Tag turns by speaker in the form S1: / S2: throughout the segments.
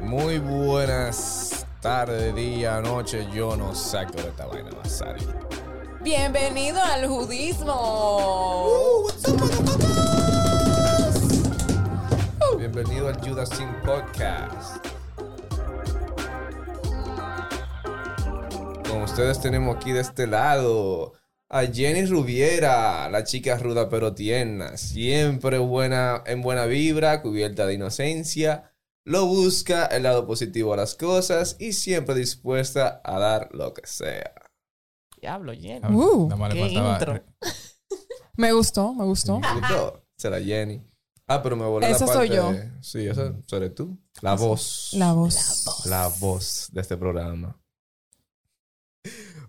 S1: Muy buenas tardes, día, noche. Yo no saco de esta vaina, Masari.
S2: Bienvenido al judismo.
S3: Uh.
S1: Bienvenido al Judas Sin Podcast. Con ustedes tenemos aquí de este lado a Jenny Rubiera, la chica ruda pero tierna, siempre buena, en buena vibra, cubierta de inocencia, lo busca el lado positivo a las cosas y siempre dispuesta a dar lo que sea.
S2: Diablo, lleno.
S4: Ah,
S3: Uh,
S4: nada más le
S2: qué
S4: faltaba-
S2: intro.
S3: Me gustó, me gustó.
S1: Me gustó. Será Jenny. Ah, pero me voló la
S3: Esa
S1: parte
S3: soy yo.
S1: de- Sí, esa eres tú. La voz.
S3: La voz.
S1: La voz de este programa.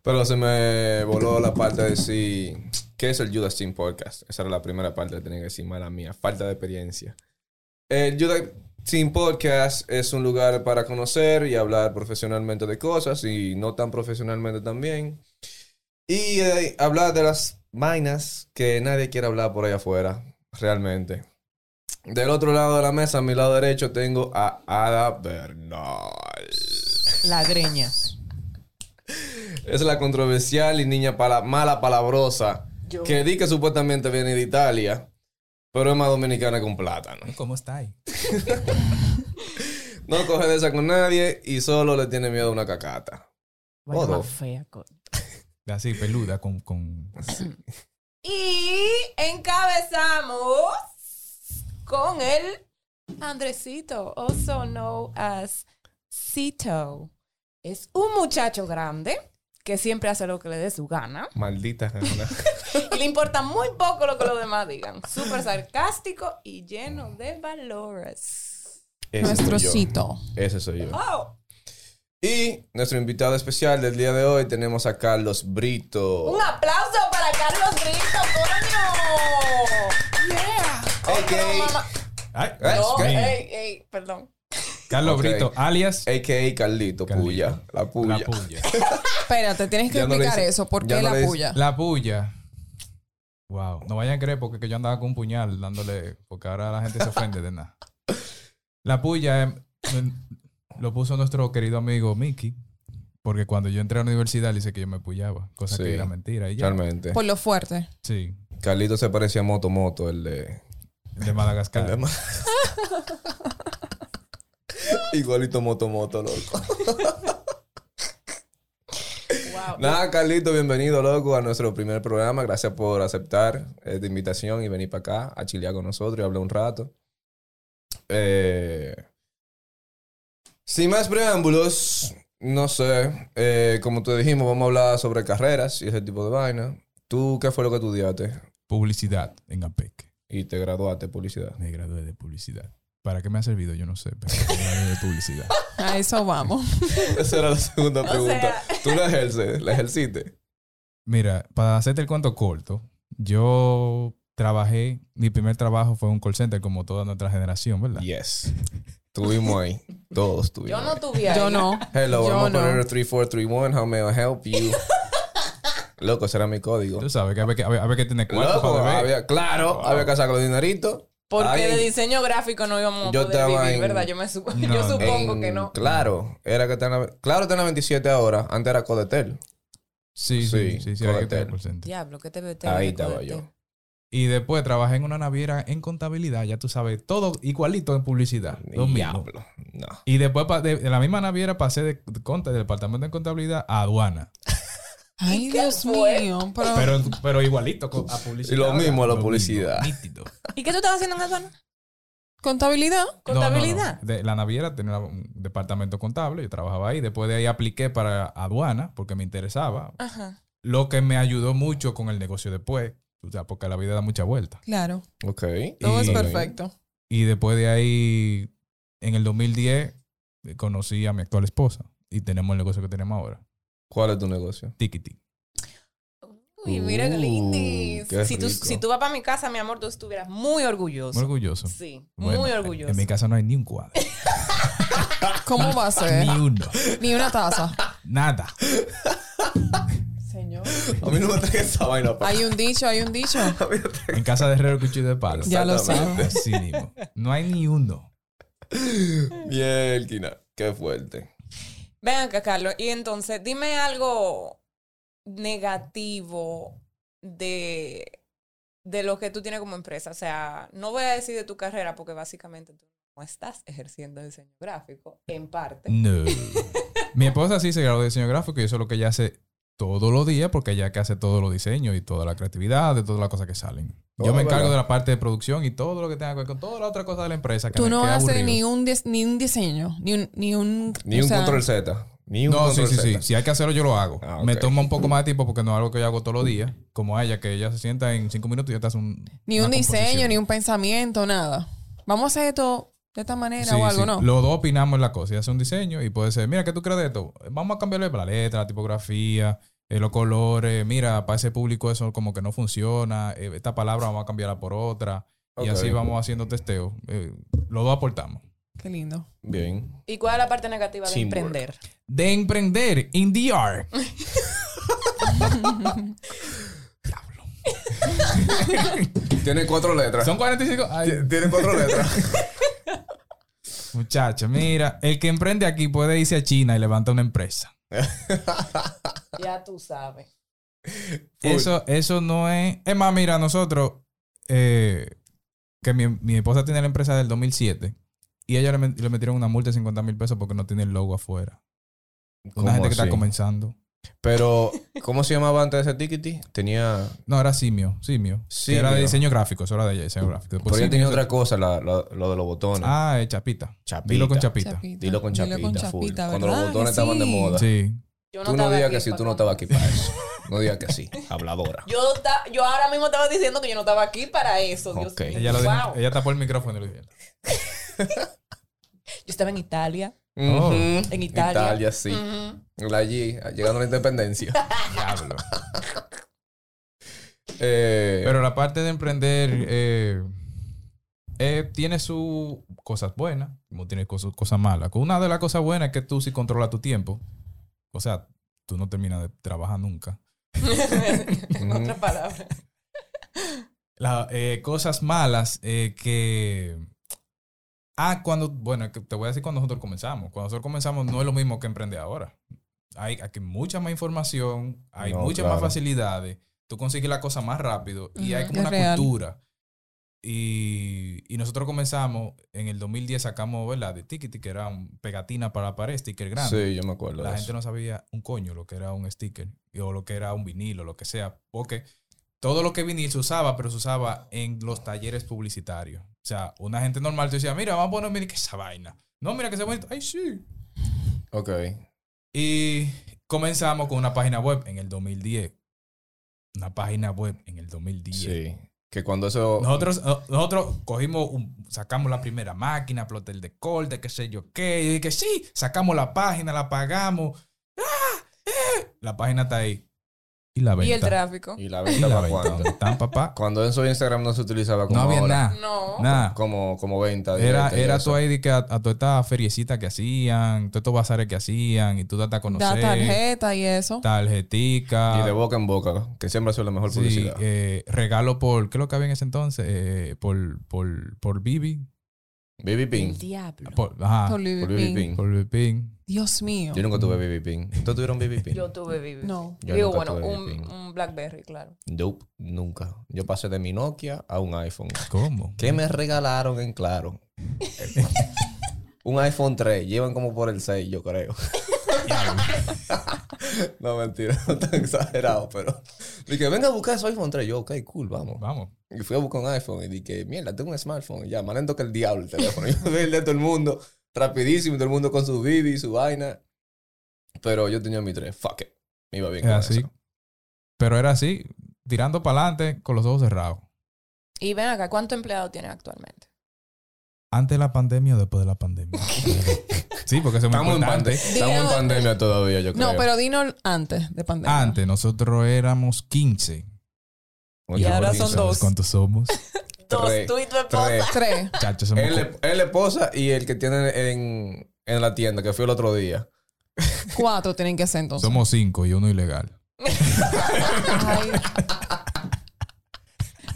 S1: Pero se me voló la parte de decir, ¿qué es el Judas Team Podcast? Esa era la primera parte que tenía que decir, mala mía, falta de experiencia. El Judas Team Podcast es un lugar para conocer y hablar profesionalmente de cosas y no tan profesionalmente también. Y eh, hablar de las vainas que nadie quiere hablar por allá afuera, realmente. Del otro lado de la mesa, a mi lado derecho, tengo a Ada Bernal.
S2: La greña.
S1: Es la controversial y niña pala- mala palabrosa. Que di que supuestamente viene de Italia, pero es más dominicana que un plátano.
S4: ¿Cómo está ahí?
S1: No coge de esa con nadie y solo le tiene miedo a una cacata.
S2: Bueno,
S1: Todo.
S2: más fea, coño.
S4: Así, peluda, con... con...
S2: Y encabezamos con el Andresito, also known as Cito. Es un muchacho grande que siempre hace lo que le dé su gana.
S1: Maldita gana.
S2: Y le importa muy poco lo que los demás digan. Súper sarcástico y lleno de valores.
S1: Ese
S3: Nuestro
S1: soy yo.
S3: cito.
S1: Ese soy yo.
S2: ¡Oh!
S1: Y nuestro invitado especial del día de hoy tenemos a Carlos Brito.
S2: Un aplauso para Carlos Brito, coño.
S1: Ok.
S2: No, mamá.
S4: Ay,
S1: No,
S2: No,
S4: Dios mío.
S2: ey, ey, perdón.
S4: Carlos
S1: Ok.
S4: Brito, alias...
S1: AKA Carlito,
S4: Carlito.
S1: puya. La puya.
S4: La puya.
S3: Espérate, tienes que
S1: Ya no le
S3: explicar
S1: hice-
S3: eso. ¿Por
S1: ya
S3: qué
S1: no le
S3: la
S1: hice-
S3: puya?
S4: La puya. Wow. No vayan a creer porque que yo andaba con un puñal dándole... Porque ahora la gente se ofende de nada. La puya eh, lo puso nuestro querido amigo Mickey. Porque cuando yo entré a la universidad, él dice que yo me pullaba. Cosa
S1: Sí.
S4: que era mentira. Y ya.
S1: Realmente.
S3: Por lo fuerte.
S4: Sí.
S1: Carlito se parecía a Moto Moto, el de.
S4: De
S1: el de
S4: Madagascar.
S1: Ma- Igualito Moto Moto, loco.
S2: Wow.
S1: Nada, Carlito, bienvenido, loco, a nuestro primer programa. Gracias por aceptar eh, esta invitación y venir para acá a chilear con nosotros y hablar un rato. Eh, sin más preámbulos, no sé, eh, como te dijimos, vamos a hablar sobre carreras y ese tipo de vaina. ¿Tú qué fue lo que estudiaste?
S4: Publicidad en APEC.
S1: Y te graduaste de publicidad.
S4: Me gradué de publicidad. ¿Para qué me ha servido? Yo no sé, pero me gradué de publicidad.
S3: A eso vamos.
S1: Esa era la segunda
S2: O
S1: pregunta. ¿Tú la ejerces? ¿La ejerciste?
S4: Mira, para hacerte el cuento corto, yo trabajé, mi primer trabajo fue un call center como toda nuestra generación, ¿verdad?
S1: Yes. Tuvimos ahí. Todos
S2: Yo
S1: tuvimos.
S2: no tuve ahí.
S3: Yo no.
S1: Hello,
S3: Yo
S1: vamos
S3: no.
S1: a poner 3431. How may I help you? Loco, será mi código.
S4: Tú sabes que había que, había- había que tener cuarto
S1: Loco,
S4: para beber.
S1: había, claro,
S4: Wow.
S1: había que sacar los dineritos.
S2: Porque
S1: Ay,
S2: de diseño gráfico no íbamos a
S1: Yo
S2: poder
S1: estaba
S2: vivir,
S1: en-
S2: ¿verdad? Yo, me supo-
S4: No,
S2: yo
S4: no.
S2: supongo
S1: en-
S2: que no.
S1: Claro, era que está en la, claro, está en la 27 ahora. Antes era Codetel.
S4: Sí, sí,
S1: Sí,
S4: sí, sí, había que tener
S1: Codetel.
S4: call center.
S2: Diablo, ¿qué te vete?
S1: Ahí estaba yo.
S4: Y después trabajé en una naviera en contabilidad, ya tú sabes, todo igualito en publicidad. Lo mismo.
S1: Diablo. No.
S4: Y después pa- de, de la misma naviera pasé de, conta- del departamento de contabilidad a aduana.
S3: Ay,
S2: qué
S3: Dios
S2: fue?
S3: mío. Pero,
S4: Pero, pero igualito co- a publicidad.
S1: Ah. Y lo mismo a la
S4: Lo mismo,
S1: publicidad.
S4: nítido.
S2: ¿Y qué tú estabas haciendo en aduana?
S3: ¿Contabilidad?
S4: No, no, no.
S2: ¿Contabilidad?
S4: De- la naviera tenía un departamento contable, yo trabajaba ahí. Después de ahí apliqué para aduana porque me interesaba.
S2: Ajá.
S4: Lo que me ayudó mucho con el negocio después, o sea, porque la vida da mucha vuelta.
S3: Claro.
S1: Ok.
S3: Todo es
S4: Y-
S3: perfecto.
S4: Y después de ahí, en el 2010, eh, conocí a mi actual esposa y tenemos el negocio que tenemos ahora,
S1: ¿Cuál es tu negocio?
S4: Tikiti.
S2: Uy, mira qué
S1: Uh,
S2: lindis.
S1: qué
S2: Si tú,
S1: rico.
S2: si tú vas para mi casa, mi amor, tú estuvieras muy orgulloso.
S4: Muy orgulloso.
S2: Sí,
S4: Bueno,
S2: muy
S4: en-
S2: orgulloso.
S4: En mi casa no hay ni un cuadro,
S3: ¿Cómo va a ser?
S4: ni uno,
S3: Ni una taza.
S4: nada.
S2: Señor.
S1: A mí no me trae esa vaina para.
S3: Hay un dicho, hay un dicho.
S4: En casa de Herrero, cuchillo de palo.
S3: Ya lo sé.
S4: Así mismo. No hay ni uno.
S1: Mielquina. Qué fuerte.
S2: Ven acá, Carlos. Y entonces, dime algo negativo de, de lo que tú tienes como empresa. O sea, no voy a decir de tu carrera porque básicamente tú no estás ejerciendo diseño gráfico, en
S3: Mm,
S2: parte.
S4: No. Mi esposa sí se graduó de diseño gráfico y eso es lo que ella hace todos los días porque ella que hace todos los diseños y toda la creatividad de todas las cosas que salen. Yo
S1: Todo,
S4: me encargo
S1: Oh, ¿verdad?
S4: de la parte de producción y todo lo que tenga que ver con toda la otra cosa de la empresa. Que
S3: Tú
S4: me
S3: no
S4: queda
S3: haces
S4: aburrido.
S3: ni un, dis- ni un diseño, ni un... Ni un,
S1: Ni
S3: o
S1: un
S3: sea,
S1: control Z. Ni un
S4: No, sí,
S1: control
S4: sí,
S1: Z.
S4: sí. Si hay que hacerlo, yo lo hago.
S1: Ah,
S4: Me
S1: ok.
S4: toma un poco más de tiempo porque no es algo que yo hago todos los días. Como a ella, que ella se sienta en cinco minutos y ya te hace un.
S3: Ni un diseño, ni un pensamiento, nada. Vamos a hacer esto de esta manera o algo, ¿no?
S4: Los dos opinamos en la cosa. Ella hace un diseño y puede ser, mira, ¿qué tú crees de esto? Vamos a cambiarle la letra, la tipografía, eh, los colores. Mira, para ese público eso como que no funciona. eh, esta palabra vamos a cambiarla por otra.
S1: Ok.
S4: Y así vamos haciendo testeo. Eh, los dos aportamos.
S3: Qué lindo.
S1: Bien.
S2: ¿Y cuál es la parte negativa de
S1: Teamwork.
S2: emprender?
S4: De emprender, in the art.
S1: Tiene cuatro letras.
S4: Son 45. Ay,
S1: Ti- Tiene cuatro letras.
S4: muchacho, mira, el que emprende aquí puede irse a China y levanta una empresa.
S2: Ya tú sabes.
S1: Full.
S4: Eso, eso no es. Es más, mira, nosotros, eh, que mi, mi esposa tiene la empresa del 2007 y ella le, met- le metieron una multa de 50 mil pesos porque no tiene el logo afuera. Una gente que está comenzando.
S1: Pero, ¿cómo se llamaba antes ese tiquiti? Tenía.
S4: No, era simio, simio.
S1: Simio.
S4: Era de diseño gráfico, eso era de ella, diseño gráfico. Después
S1: Pero ya
S4: simio,
S1: tenía
S4: eso-
S1: otra cosa, la- la- lo de los botones.
S4: Ah, eh, chapita.
S1: Chapita.
S4: Dilo con chapita.
S1: Dilo con chapita. full. Cuando los
S3: ¿verdad
S1: botones
S3: que
S1: estaban de
S3: sí?
S1: moda.
S4: Sí.
S2: Yo
S1: Tú no
S2: estaba
S1: digas
S2: aquí
S1: que sí,
S2: pa'
S1: tú no estabas aquí para eso. No digas que sí. Habladora.
S2: Yo, ta- yo ahora mismo estaba diciendo que yo no estaba aquí para eso. Dios
S1: Ok.
S2: mío.
S4: Ella, lo dijo-
S2: Wow.
S4: ella tapó el micrófono y lo dijo.
S2: Yo estaba en Italia.
S4: Oh.
S1: Ujú.
S2: En Italia.
S1: Mm, Italia, Mm. sí.
S2: Ujú.
S1: Allí, llegando a la independencia.
S4: Diablo.
S1: Eh,
S4: Pero la parte de emprender eh, eh, tiene sus cosas buenas, como tiene co- sus cosas malas. Una de las cosas buenas es que tú sí controlas tu tiempo. O sea, tú no terminas de trabajar nunca.
S2: en
S1: Mm.
S2: otras palabras.
S4: Las cosas malas eh, que... Ah, cuando... Bueno, que te voy a decir cuando nosotros comenzamos. Cuando nosotros comenzamos no es lo mismo que emprender ahora. Hay aquí mucha más información, hay
S1: No,
S4: muchas más
S1: claro.
S4: facilidades, tú consigues la cosa más rápido y
S3: Ujú,
S4: hay como
S3: es
S4: una
S3: real.
S4: cultura. Y, y nosotros comenzamos, en el 2010 sacamos, ¿verdad? De Tickety, que era un pegatina para la pared, sticker grande.
S1: sí, yo me acuerdo.
S4: La
S1: de
S4: gente
S1: eso.
S4: no sabía un coño lo que era un sticker y- o lo que era un vinilo, lo que sea, porque todo lo que vinil se usaba, pero se usaba en los talleres publicitarios. O sea, una gente normal te decía, mira, vamos a poner mira, que esa vaina. No, mira que se bonito. Ay, sí.
S1: Ok.
S4: Y comenzamos con una página web en el 2010. Una página web en el 2010.
S1: Sí. Que cuando eso.
S4: Nosotros, no- nosotros cogimos, un- sacamos la primera máquina, plotel de corte, qué sé yo qué. Y dije, sí, sacamos la página, la pagamos. ¡Ah! ¡Eh! La página está ahí. Y la venta.
S3: Y el tráfico.
S1: Y la
S4: Y
S1: venta
S4: la
S1: para
S4: venta.
S1: cuando.
S4: ¿Dónde están, papá?
S1: Cuando eso Instagram no se utilizaba como
S4: No había
S1: ahora.
S4: nada.
S2: No.
S4: Nada.
S1: Como, como venta.
S4: Era,
S1: directa y
S4: era
S1: eso.
S4: tú ahí de que a, a todas estas feriecitas que hacían, todos estos bazares que hacían, y tú date a
S3: Da
S4: conocer.
S3: tarjeta y eso.
S4: Tarjetica.
S1: Y de boca en boca, que siempre ha sido la mejor
S4: Sí,
S1: publicidad.
S4: eh, regalo por, ¿qué es lo que había en ese entonces? Eh, por, por, por Bibi.
S1: BB Pin.
S2: El diablo.
S4: Por, ajá,
S3: Por
S4: por,
S3: Louis
S1: Por BB
S3: Vuitton.
S1: Pin.
S4: Bibi Pin.
S3: Dios mío.
S1: Yo nunca tuve BB Pin. ¿Tú tuvieron BB Pin?
S2: Yo tuve Vivi.
S3: No.
S1: Yo
S2: Digo,
S1: nunca
S2: bueno,
S1: tuve
S2: un,
S1: Vivi.
S2: un Blackberry, claro.
S1: Nope, nunca. Yo pasé de mi Nokia a un iPhone.
S4: ¿Cómo?
S1: ¿Qué me regalaron en claro? un iPhone 3. Llevan como por el 6, yo creo. no, mentira. No tan exagerado, pero... Dije, venga a buscar su iPhone 3. Yo, ok, cool, vamos.
S4: Vamos.
S1: Y fui a buscar un iPhone y dije, mierda, tengo un smartphone. Y ya, más lento que el diablo el teléfono. Yo vi el de todo el mundo, rapidísimo, todo el mundo con su bibi, su vaina. Pero yo tenía mi 3, fuck it. Me iba bien
S4: Era
S1: con
S4: así.
S1: eso.
S4: Pero era así, tirando para adelante con los ojos cerrados.
S2: Y ven acá, ¿cuántos empleados tienes actualmente?
S4: Antes de la pandemia o después de la pandemia. sí, porque eso es muy
S1: Estamos en,
S4: importante.
S1: pande- estamos en
S3: Digamos-
S1: pandemia todavía, yo creo.
S3: No, pero dinos antes de pandemia.
S4: Antes nosotros éramos 15.
S1: Oye,
S2: Y ahora
S1: Jorge,
S2: son
S1: ¿sabes?
S2: dos.
S4: ¿Cuántos somos?
S1: Tres,
S2: y tu
S1: Tres.
S3: Tres.
S4: Chacho, somos
S1: Él, es- él es esposa y el que tiene en, en la tienda, que fue el otro día.
S3: Cuatro tienen que ser
S4: co-
S3: entonces.
S4: somos cinco y uno ilegal.
S3: Ay.
S1: El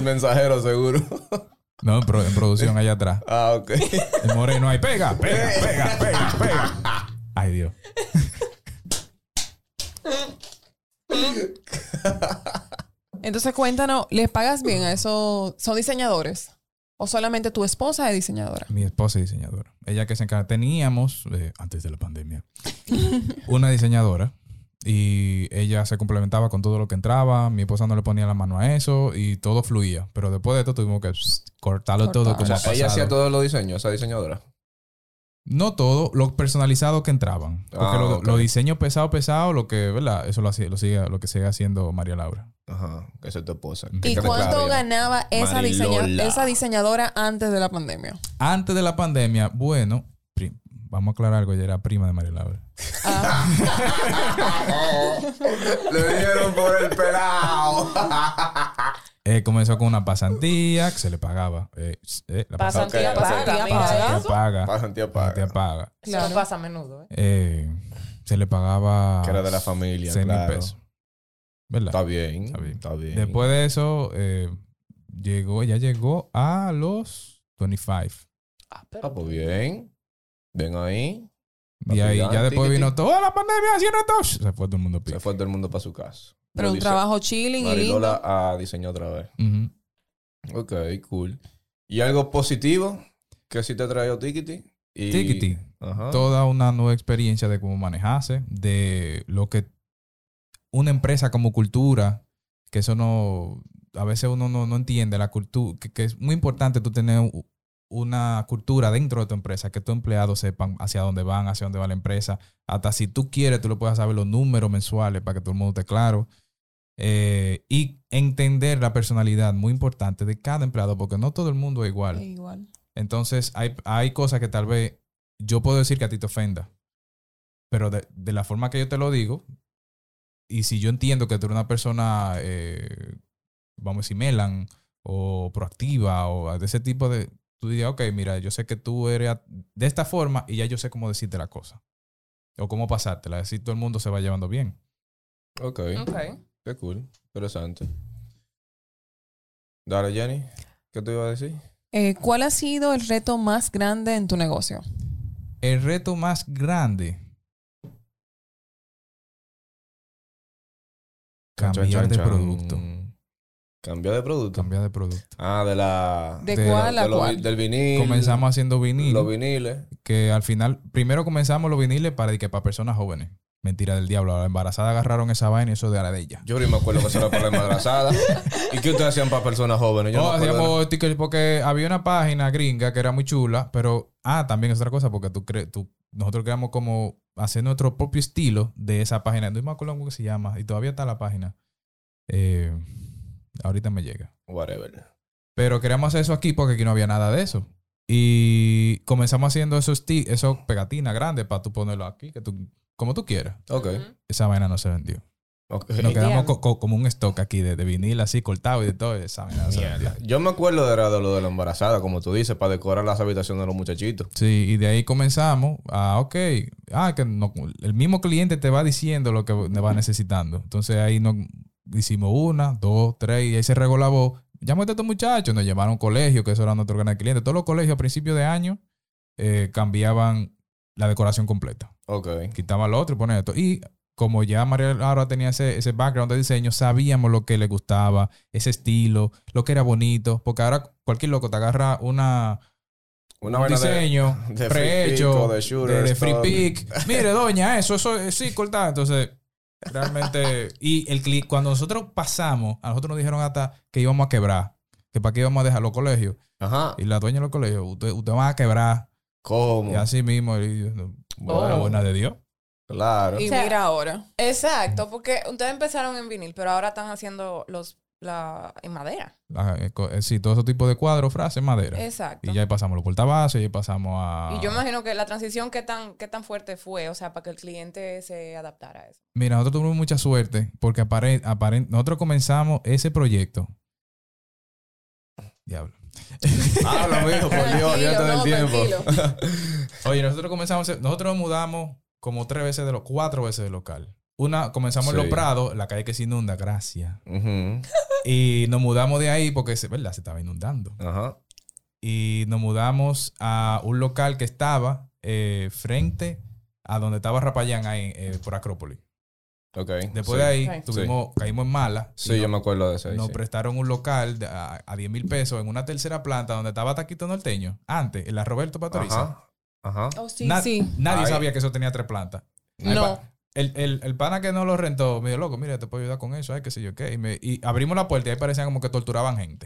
S1: mensajero, seguro.
S4: No, en, pro- en producción allá atrás.
S1: Ah, ok.
S4: El moreno ahí, pega, pega, pega, pega, pega. Ay, Dios.
S3: Entonces, cuéntanos, ¿les pagas bien a esos? ¿Son diseñadores? ¿O solamente tu esposa es diseñadora?
S4: Mi esposa es diseñadora. Ella que se encarga. Teníamos, eh, antes de la pandemia, una diseñadora. Y ella se complementaba con todo lo que entraba. Mi esposa no le ponía la mano a eso. Y todo fluía. Pero después de esto tuvimos que pss, cortarlo todo.
S3: Cortar.
S4: Como
S1: O
S4: ha
S1: sea, ella
S4: pasado.
S1: hacía todos los diseños, esa diseñadora.
S4: No todo, lo personalizado que entraban. Porque
S1: Ah,
S4: lo,
S1: ok.
S4: lo diseño pesado, pesado, lo que, ¿verdad? Eso lo, hacía- lo, sigue, lo que sigue haciendo María Laura.
S1: Ajá, esa es tu esposa.
S4: ¿Y
S3: ¿Y
S1: Que te
S3: cuánto
S1: clave.
S3: ganaba esa, diseña-
S1: Marilola.
S3: esa diseñadora antes de la pandemia?
S4: Antes de la pandemia, bueno, pri- vamos a aclarar algo, ella era prima de María Laura.
S1: Le dieron por el pelado.
S4: Eh, comenzó con una pasantía que se le pagaba. Eh, eh, la
S2: Pasantía
S4: pasantía,
S1: Ok, pasantía
S2: paga, mira
S4: pasantía
S2: eso.
S4: paga.
S1: Pasantía
S4: pasantía
S1: paga.
S4: paga.
S2: Eso no pasa a menudo, ¿eh?
S4: Eh, se le pagaba
S1: Que era de la familia,
S4: 6 mil
S1: claro.
S4: pesos. ¿Verdad?
S1: Está bien,
S4: Está
S1: está
S4: bien.
S1: bien.
S4: Después de eso, eh, llegó, ella llegó a los 25.
S2: Ah, pero-
S1: Ah, pues bien. Ven ahí.
S4: Y ahí ya
S1: Papi,
S4: después
S1: tiki,
S4: vino
S1: tiki.
S4: toda la pandemia haciendo todo. Se fue todo el mundo pico.
S1: Se fue todo el mundo para su casa.
S3: Pero
S1: Lo
S3: un
S1: dise-
S3: trabajo chilling y lindo.
S1: Marilola ah, diseñó otra vez.
S4: Ujú.
S1: Ok, cool. ¿Y algo positivo que sí te ha traído Tikiti? Y...
S4: Tiquiti.
S1: Ajá.
S4: toda una nueva experiencia de cómo manejarse, de lo que una empresa como cultura, que eso no, a veces uno no, no entiende la cultura, que, que es muy importante tú tener u- una cultura dentro de tu empresa, que tus empleados sepan hacia dónde van, hacia dónde va la empresa, hasta si tú quieres, tú le puedes saber los números mensuales para que todo el mundo esté claro. Eh, y entender la personalidad muy importante de cada empleado, porque no todo el mundo es igual.
S2: Eh,
S3: Igual.
S4: Entonces, hay, hay cosas que tal vez yo puedo decir que a ti te ofenda, pero de, de la forma que yo te lo digo, y si yo entiendo que tú eres una persona, eh, vamos a decir, melan o proactiva o de ese tipo de, tú dirías, ok, mira, yo sé que tú eres a- de esta forma y ya yo sé cómo decirte la cosa. O cómo pasártela, así todo el mundo se va llevando bien.
S1: Ok,
S2: Ok.
S1: qué cool. Interesante. Dale, Jenny. ¿Qué te iba a decir?
S3: Eh, ¿Cuál ha sido el reto más grande en tu negocio?
S4: El reto más grande. Cambiar
S1: Chan, chan,
S4: de
S1: chan.
S4: producto.
S1: Cambiar de producto.
S4: Cambiar de producto.
S1: Ah, de la.
S3: ¿De,
S4: De-
S3: cuál a
S1: de lo-
S3: cuál?
S1: Del vinil.
S4: Comenzamos haciendo
S1: Los
S4: vinil,
S1: viniles.
S4: que al final, primero comenzamos los viniles para, de que para personas jóvenes. Mentira del diablo, a la embarazada agarraron esa vaina y eso de la de ella.
S1: Yo ni me acuerdo que eso era para la embarazada. ¿Y qué ustedes hacían para personas jóvenes? Yo
S4: No,
S1: no me acuerdo.
S4: hacíamos stickers Oh, porque había una página gringa que era muy chula, pero ah, también es otra cosa, porque tú cre- tú, nosotros creamos como hacer nuestro propio estilo de esa página. No me acuerdo cómo se llama, y todavía está la página. Eh, ahorita me llega.
S1: Whatever.
S4: Pero queríamos hacer eso aquí porque aquí no había nada de eso. Y comenzamos haciendo esos, ti- esos pegatinas grandes para tú ponerlo aquí, que tú, como tú quieras.
S1: Ok.
S4: Esa vaina no se vendió.
S1: Ok.
S4: Nos quedamos
S2: Diablo.
S4: co- co- como un stock aquí de, de vinil así cortado y de todo. y Esa vaina no se vendió.
S1: Mierda. Yo me acuerdo de, de lo de la embarazada, como tú dices, para decorar las habitaciones de los muchachitos.
S4: Sí, y de ahí comenzamos. Ah, ok. Ah, que no- el mismo cliente te va diciendo lo que va necesitando. Entonces ahí nos hicimos una, dos, tres, y ahí se regó la voz. Llámate a estos muchachos. Nos llevaron a un colegio, que eso era nuestro gran cliente. Todos los colegios a principios de año eh, cambiaban la decoración completa.
S1: Ok.
S4: Quitaban lo otro y ponían esto. Y como ya María Laura tenía ese, ese background de diseño, sabíamos lo que le gustaba, ese estilo, lo que era bonito. Porque ahora cualquier loco te agarra una
S1: Una
S4: un
S1: vaina de-
S4: diseño
S1: de free
S4: prehecho
S1: pick o de
S4: de,
S1: shooter,
S4: de free
S1: todo.
S4: pick. Mire, doña, eso, eso, eh, sí, corta. Entonces, realmente. Y el cli- cuando nosotros pasamos, a nosotros nos dijeron hasta que íbamos a quebrar, que para qué íbamos a dejar los colegios.
S1: Ajá.
S4: Y la dueña de los colegios, usted, usted va a quebrar.
S1: ¿Cómo?
S4: Y así mismo, y yo, no,
S1: Bueno,
S2: Oh.
S4: la buena de Dios.
S1: Claro.
S3: Y
S2: O sea,
S3: mira ahora.
S2: Exacto, porque ustedes empezaron en vinil, pero ahora están haciendo los la en madera.
S4: La- eh, co- eh, sí, todo ese tipo de cuadros, frases, madera.
S2: Exacto.
S4: Y
S2: Y,
S4: ya ahí pasamos los portavasos, y ahí pasamos a.
S2: yo me imagino que la transición qué tan qué tan fuerte fue, o sea, para que el cliente se adaptara a eso.
S4: Mira, nosotros tuvimos mucha suerte porque apare- aparen- nosotros comenzamos ese proyecto. Diablo.
S1: Habla, mijo, por Dios, ya todo el tiempo.
S4: Oye, nosotros comenzamos, nosotros nos mudamos como tres veces de los, cuatro veces de local. Una, comenzamos en
S1: Sí.
S4: Los Prados, la calle que se inunda, gracias.
S1: Ujú.
S4: Y nos mudamos de ahí porque, se, ¿verdad? Se estaba inundando.
S1: Ajá.
S4: y nos mudamos a un local que estaba eh, frente a donde estaba Rapayán ahí eh, por Acrópolis.
S1: Ok.
S4: Después
S1: sí.
S4: de ahí
S3: Ok.
S4: tuvimos, caímos en mala. y
S1: Sí,
S4: nos-
S1: yo me acuerdo de eso. ahí,
S4: nos
S1: sí.
S4: prestaron un local de- a, a 10 mil pesos en una tercera planta donde estaba Taquito Norteño. Antes, en la Roberto Pastoriza.
S1: Ajá. Ajá.
S3: Oh, sí,
S4: Na-
S3: sí.
S4: Nadie
S1: Ay.
S4: sabía que eso tenía tres plantas.
S3: No.
S4: El, el, el pana que no lo rentó me dijo, loco, mira, te puedo ayudar con eso, ay, qué sé yo qué. Y, me- y abrimos la puerta y ahí parecían como que torturaban gente.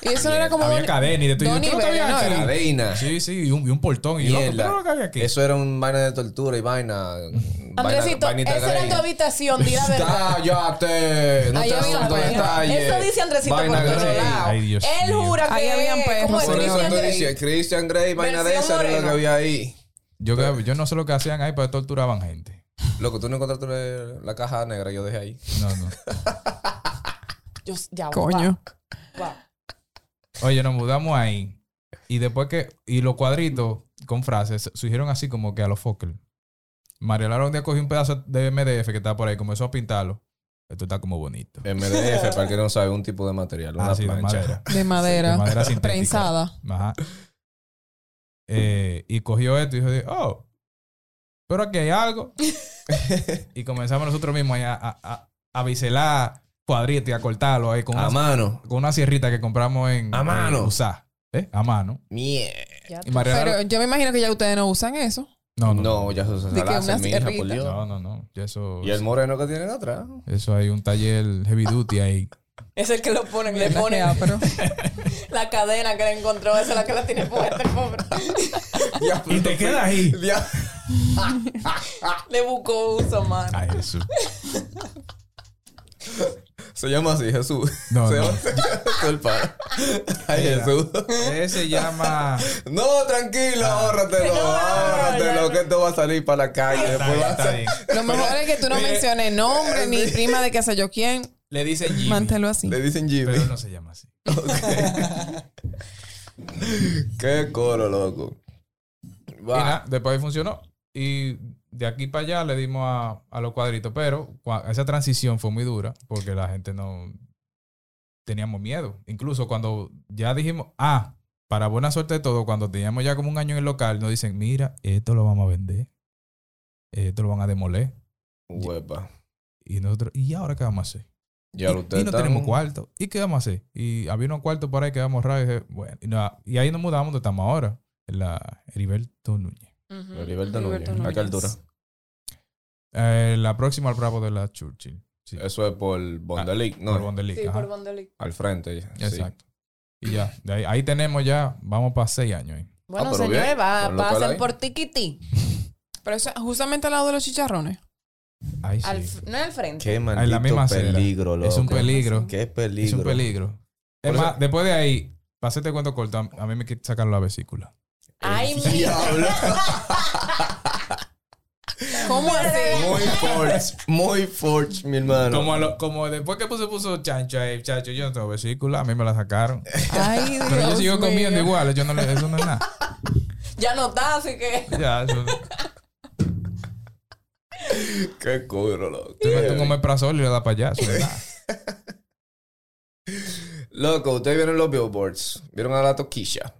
S3: Y eso no era como.
S4: había
S3: un-
S4: cadena y de todo. Y yo,
S3: dos
S4: ¿tú no te
S3: niveles,
S4: habías
S3: ¿no?
S4: aquí?
S1: Cadena.
S4: Sí, sí, y un, y un portón. Y yo, loco, ¿tú
S1: Mierda.
S4: no lo que había aquí?
S1: Eso era un vaina de tortura y vaina. vaina-
S3: Andresito,
S1: vainita
S3: esa era
S1: cadena.
S3: tu habitación, di la verdad.
S1: ¡Cállate! No
S3: Ahí
S1: te
S3: había
S1: asunto
S3: vaina.
S1: detalles.
S2: Eso dice Andresito por
S1: Vaina
S2: otro
S1: Grey.
S2: lado.
S4: Ay, Dios
S2: Él
S4: mío.
S2: jura que.
S3: Ahí habían
S2: ¿cómo
S3: perros,
S2: es?
S1: Por eso
S2: Christian
S1: tú
S2: Grey.
S1: dices, Christian Grey, vaina de
S2: Versión
S1: esa era lo que
S2: moreno.
S1: había ahí.
S4: Yo, que- yo no sé lo que hacían ahí, pero torturaban gente.
S1: Loco, tú no encontraste la- la caja negra, yo dejé ahí.
S4: No, no.
S2: Yo, ya,
S3: Coño.
S2: va, va.
S4: Oye, nos mudamos ahí. Y después que. Y los cuadritos con frases surgieron así como que a los Fokker. María Laura un día cogió un pedazo de MDF que estaba por ahí, comenzó a pintarlo. Esto está como bonito.
S1: MDF, para el que no sabe, un tipo de material, una
S4: Ah, sí, de
S1: Eh, plancha.
S4: madera.
S3: De madera.
S4: De madera sintética.
S3: Prensada.
S4: Ajá. Eh, y cogió esto y dijo, oh, pero aquí hay algo. y comenzamos nosotros mismos ahí a, a, a, a biselar cuadritos y a cortarlo ahí con
S1: A
S4: una,
S1: mano.
S4: con una sierrita que compramos en
S1: A mano.
S4: en Usá. ¿Eh? A mano.
S1: Mierda.
S2: Ya tú-
S4: Y María Laura-
S3: Pero yo me imagino que ya ustedes no usan eso.
S4: No, no.
S1: No, ya se
S3: que
S1: se
S3: unas
S1: mi hija, por
S3: herritas.
S1: Dios.
S4: No, pues. no, no. Ya eso,
S1: Y el moreno que tienen atrás.
S4: eso hay un taller heavy duty ahí.
S2: Es el que lo ponen, le
S3: La
S2: ponen
S3: que- pero-
S2: la cadena que le encontró, esa es la que la tiene puesta el pobre.
S4: y te queda ahí.
S1: Ya.
S2: Le buscó uso, man.
S4: Ay, Jesús.
S1: Se llama así, Jesús.
S4: No,
S1: se
S4: no.
S1: llama se llama Disculpa. Ay, Jesús.
S4: Ese se llama.
S1: No, tranquilo,
S4: Ah.
S1: ahórratelo,
S2: No,
S1: ahórratelo,
S2: ya no.
S1: que esto va a salir para la calle.
S4: Está
S1: Después
S4: bien,
S1: va a
S4: está
S1: ser-
S4: bien.
S3: Lo mejor es que tú no
S2: eh,
S3: menciones nombre ni prima de qué sé yo quién.
S4: Le dicen Jimmy.
S3: Mántelo así.
S1: Le dicen Jimmy.
S4: Pero no se llama así.
S1: Qué coro, loco.
S4: Y
S1: Va.
S4: nada, después ahí funcionó. Y de aquí para allá le dimos a, a los cuadritos. Pero cua- esa transición fue muy dura porque la gente no. Teníamos miedo. Incluso cuando ya dijimos, ah, para buena suerte de todo, cuando teníamos ya como un año en el local, nos dicen, mira, esto lo vamos a vender. Esto lo van a demoler.
S1: Huepa.
S4: Y nosotros, ¿y ahora qué vamos a hacer?
S1: Ya
S4: y,
S1: lo ustedes
S4: y no
S1: están-
S4: tenemos cuarto. ¿Y qué vamos a hacer? Y había unos cuartos por ahí que vamos a ahorrar. Y dije, bueno, y, nada, y ahí nos mudamos donde estamos ahora, en la Heriberto Núñez.
S3: Ujú.
S1: Heriberto Núñez.
S3: Heriberto
S1: ¿A qué altura?
S4: Eh, la próxima al Bravo de la Churchill. Sí,
S1: Eso es por Bondelic, no,
S4: Ah, por Bondelica,
S2: Sí,
S4: ajá.
S2: por Bondolic.
S1: al frente. ya, sí.
S4: Exacto. Y ya, de ahí, ahí tenemos ya, vamos para seis años. ahí.
S2: Bueno,
S1: Ah, pero
S2: señores,
S1: bien.
S2: va,
S1: Con lo cual
S2: pasen
S1: ahí.
S2: por Tiquití.
S3: Pero eso es justamente al lado de los chicharrones.
S4: Ahí
S2: Al,
S4: sí.
S2: no al frente.
S1: Qué maldito
S4: En la misma acera.
S1: peligro, loco.
S4: Es un peligro.
S1: Qué peligro.
S4: Es un peligro. Es
S1: Por
S4: más,
S1: eso-
S4: después de ahí, para hacerte cuento corto, a a mí me quit- sacaron la vesícula.
S2: Ay, mi.
S1: Diablo.
S3: ¿Cómo así?
S1: Muy forge. Muy forge, mi hermano.
S4: Como, a lo- como después que se puso chancho ahí, chacho, yo no tengo vesícula, a mí me la sacaron.
S3: Ay, Dios
S4: Pero yo sigo
S3: mío.
S4: comiendo igual, yo no le, eso no es nada.
S2: Ya no está, así que.
S4: Ya, eso,
S1: Qué coro, loco.
S4: tú metes un omeprazol y le das para allá, eso no es nada.
S1: Loco, ustedes vieron los billboards. Vieron a la toquilla.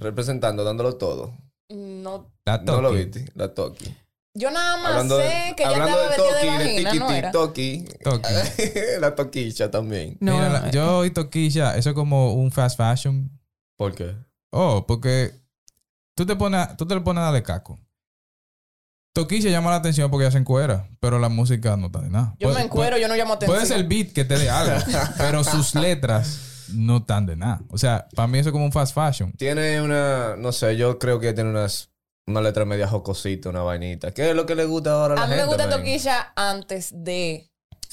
S1: Representando, dándolo todo.
S2: No.
S4: La
S1: No lo
S4: toque.
S1: viste, la toqui.
S2: Yo nada más
S1: Hablando
S2: Ah, sé
S1: de,
S2: que ya
S1: hablando
S2: estaba
S1: de
S2: vestida
S1: toqui,
S2: de
S1: de
S2: vagina, ¿no
S1: tiquiti,
S2: era?
S1: toqui.
S4: Toqui.
S1: la toquilla también.
S3: No,
S4: Mira,
S3: no,
S4: la-
S3: no.
S4: yo y toquilla, eso es como un fast fashion.
S1: ¿Por qué?
S4: Oh, porque tú te pones, a- tú te le pones a dar de caco. Toquilla llama la atención porque ella se encuera, pero la música no está de nada.
S2: Yo
S4: Puede-
S2: me encuero, yo no llamo
S4: Puede,
S2: atención.
S4: puede ser el beat que te dé algo, pero sus letras no están de nada. O sea, para mí eso es como un fast fashion.
S1: Tiene una, no sé, yo creo que tiene unas, una letra media jocosita, una vainita. ¿Qué es lo que le gusta ahora a la
S2: A mí me
S1: gente,
S2: gusta
S1: man?
S2: toquilla antes de